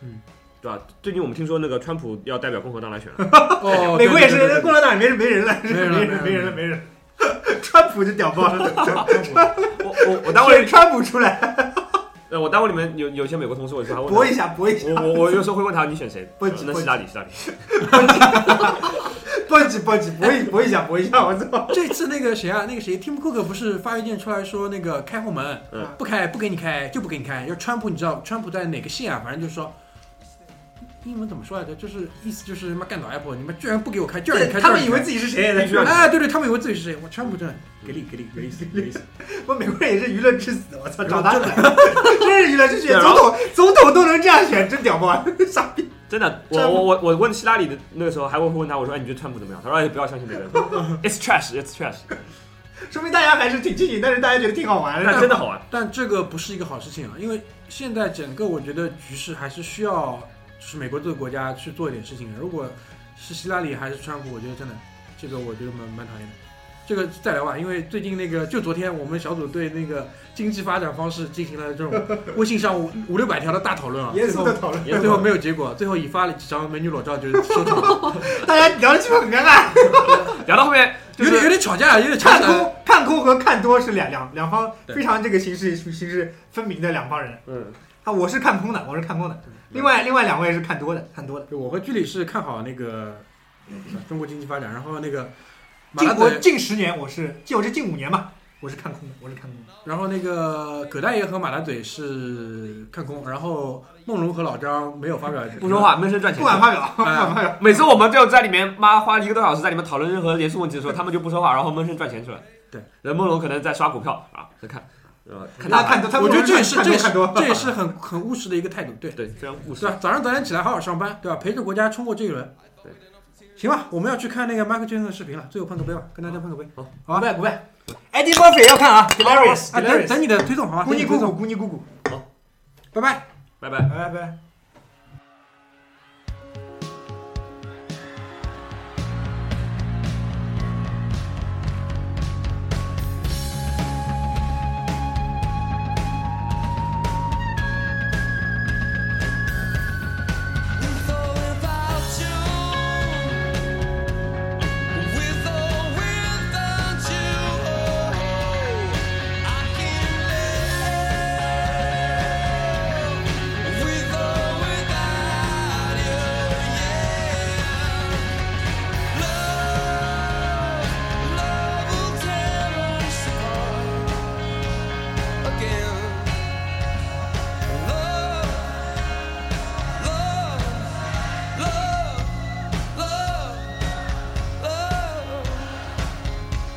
[SPEAKER 2] 嗯，
[SPEAKER 4] 对吧？最近我们听说那个川普要代表共和党来选了，
[SPEAKER 2] 哦，
[SPEAKER 3] 美国也
[SPEAKER 2] 对对
[SPEAKER 3] 是
[SPEAKER 2] 对对
[SPEAKER 3] 共产党也没人没人了，
[SPEAKER 2] 没人了
[SPEAKER 3] 没
[SPEAKER 2] 没
[SPEAKER 3] 人
[SPEAKER 2] 人
[SPEAKER 3] 了
[SPEAKER 2] 了
[SPEAKER 3] 没人 了，川普就屌爆了，
[SPEAKER 4] 我我我单位，
[SPEAKER 3] 川普出来
[SPEAKER 4] 呃，我单位里面有有些美国同事，我就还问他
[SPEAKER 3] 搏一下搏一下，
[SPEAKER 4] 我我我有时候会问他你选谁？
[SPEAKER 3] 不
[SPEAKER 4] 只能
[SPEAKER 3] 不
[SPEAKER 4] 希拉里，希拉里。
[SPEAKER 3] 搏一搏一搏一搏一下搏一下，我操！
[SPEAKER 2] 这次那个谁啊，那个谁，Tim Cook 不是发邮件出来说那个开后门，
[SPEAKER 4] 嗯
[SPEAKER 2] 不开不给你开，就不给你开。要川普，你知道川普在哪个县啊？反正就是说，英文怎么说来着？就是意思就是他妈干倒 Apple，你们居然不给我开，居然你开，
[SPEAKER 3] 他们以为
[SPEAKER 2] 己
[SPEAKER 3] 自己是谁？
[SPEAKER 4] 必须要
[SPEAKER 2] 哎，对对，他们以为自己是谁？我川普真的给力给力 给力给力！
[SPEAKER 3] 我美国人也是娱乐至死，我操，找他
[SPEAKER 2] 真
[SPEAKER 3] 来， 真是娱乐至死，
[SPEAKER 4] 对然
[SPEAKER 3] 总
[SPEAKER 4] 后
[SPEAKER 3] 统总统都能这样选，真屌爆，傻逼！
[SPEAKER 4] 真的，
[SPEAKER 3] 这
[SPEAKER 4] 我我我我问希拉里的那个时候，还会问他，我说哎，你觉得川普怎么样？他说哎，不要相信别人 ，It's trash, It's trash。
[SPEAKER 3] 说明大家还是挺清醒，但是大家觉得挺好玩
[SPEAKER 4] 但
[SPEAKER 3] 的。
[SPEAKER 4] 哎真的好玩，
[SPEAKER 2] 但这个不是一个好事情啊，因为现在整个我觉得局势还是需要，就是美国这个国家去做一点事情的。如果是希拉里还是川普，我觉得真的，这个我觉得蛮蛮讨厌的。这个再聊吧，因为最近那个就昨天我们小组对那个经济发展方式进行了这种微信上五 五六百条的大讨论啊，
[SPEAKER 3] 严
[SPEAKER 2] 最
[SPEAKER 3] 肃
[SPEAKER 2] 后
[SPEAKER 3] 的讨论，
[SPEAKER 2] 最后没有结果，最后以发了几张美女裸照就收场 了，
[SPEAKER 3] 大家聊的气氛很尴尬。
[SPEAKER 4] 聊到后面就
[SPEAKER 2] 有点有
[SPEAKER 4] 是
[SPEAKER 2] 点吵架，有点吵
[SPEAKER 3] 看
[SPEAKER 2] 架。
[SPEAKER 3] 空、看空和看多是两两两方
[SPEAKER 2] 对
[SPEAKER 3] 非常这个形式形式分明的两帮人
[SPEAKER 4] 嗯，
[SPEAKER 3] 啊，我是看空的，我是看空的，另外另外两位是看多的，看多的。
[SPEAKER 2] 对我和居里是看好那个呃中国经济发展，然后那个马
[SPEAKER 3] 近
[SPEAKER 2] 拉
[SPEAKER 3] 我
[SPEAKER 2] 德
[SPEAKER 3] 近十年我是近我是近五年嘛，我是看空的，我是看空的。
[SPEAKER 2] 然后那个葛大爷和马大嘴是看空，然后梦龙和老张没有发表，
[SPEAKER 4] 不说，话，闷声赚钱
[SPEAKER 3] 不。敢发表，不
[SPEAKER 2] 哎
[SPEAKER 3] 敢发表。
[SPEAKER 4] 每次我们就在里面妈花了一个多小时在里面讨论任何严肃问题的时候，他们就不说话，然后闷声赚钱去了。
[SPEAKER 2] 对，
[SPEAKER 4] 人梦龙可能在刷股票啊，在看，呃，看
[SPEAKER 3] 那看多， 他
[SPEAKER 2] 哎我觉得这也是
[SPEAKER 3] 看
[SPEAKER 2] 这
[SPEAKER 3] 多
[SPEAKER 2] 也是
[SPEAKER 3] 看多，
[SPEAKER 2] 这也是很很务实的一个态度，对
[SPEAKER 4] 对非常务实
[SPEAKER 2] 对。吧？早上早点起来好好上班，对吧？陪着国家冲过这一轮。
[SPEAKER 4] 对，
[SPEAKER 2] 行吧，我们要去看那个 Michael Jackson 的视频了，最后碰个杯吧，跟大家碰个杯。
[SPEAKER 4] 好，
[SPEAKER 2] 好吧，不拜。
[SPEAKER 3] 艾迪· d 菲要看啊 d e l i r i o u s
[SPEAKER 2] 啊，等等你的推送好吧？
[SPEAKER 3] 咕
[SPEAKER 2] 等你的
[SPEAKER 3] 尼咕
[SPEAKER 2] 推
[SPEAKER 3] 咕
[SPEAKER 2] 送，
[SPEAKER 3] 咕尼咕咕，
[SPEAKER 2] 拜拜。
[SPEAKER 4] 拜拜。
[SPEAKER 3] 拜拜拜。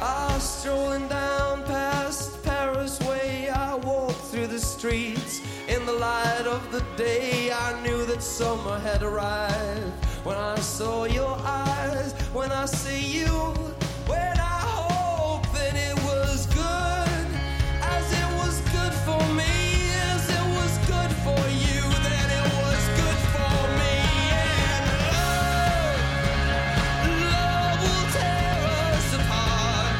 [SPEAKER 7] Oh, Strolling down past Paris Way, I walked through the streets in the light of the day. I knew that summer had arrived when I saw your eyes, when I see you, when I hope that it was good, as it was good for me, as it was good for you, then it was good for me. And oh, love, love will tear us apart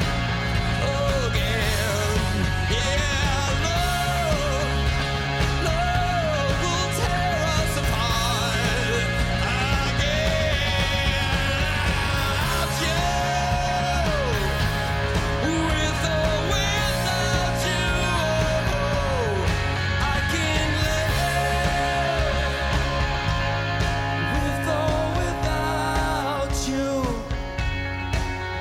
[SPEAKER 7] again. Yeah, love. Love will tear us apart again. with or without you, I can live. With or without you,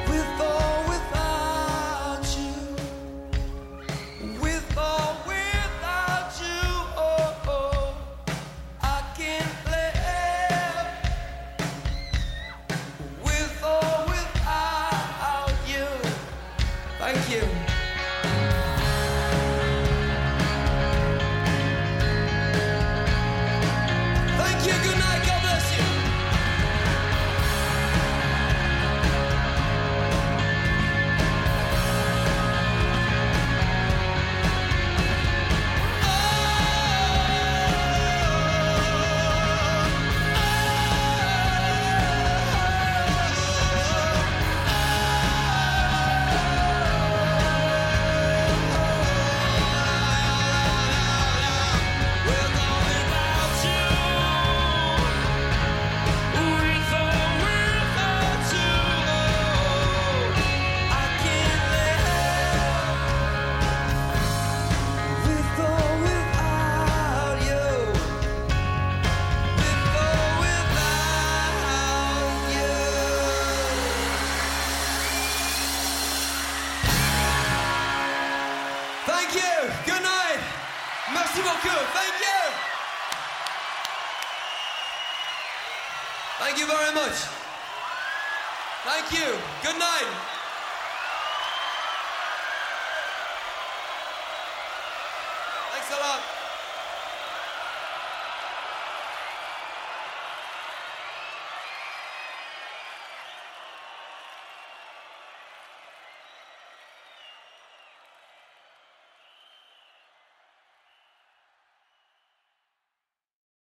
[SPEAKER 7] with or without you. With or without you, oh, oh, I can live. With or without you, thank you. Thank you. Good night. God bless you. Oh. With or without you, I can live. With or without you, with or without you. Thank you. Good night. Merci beaucoup. Thank you. Thank you very much. Thank you. Good night. Thanks a lot.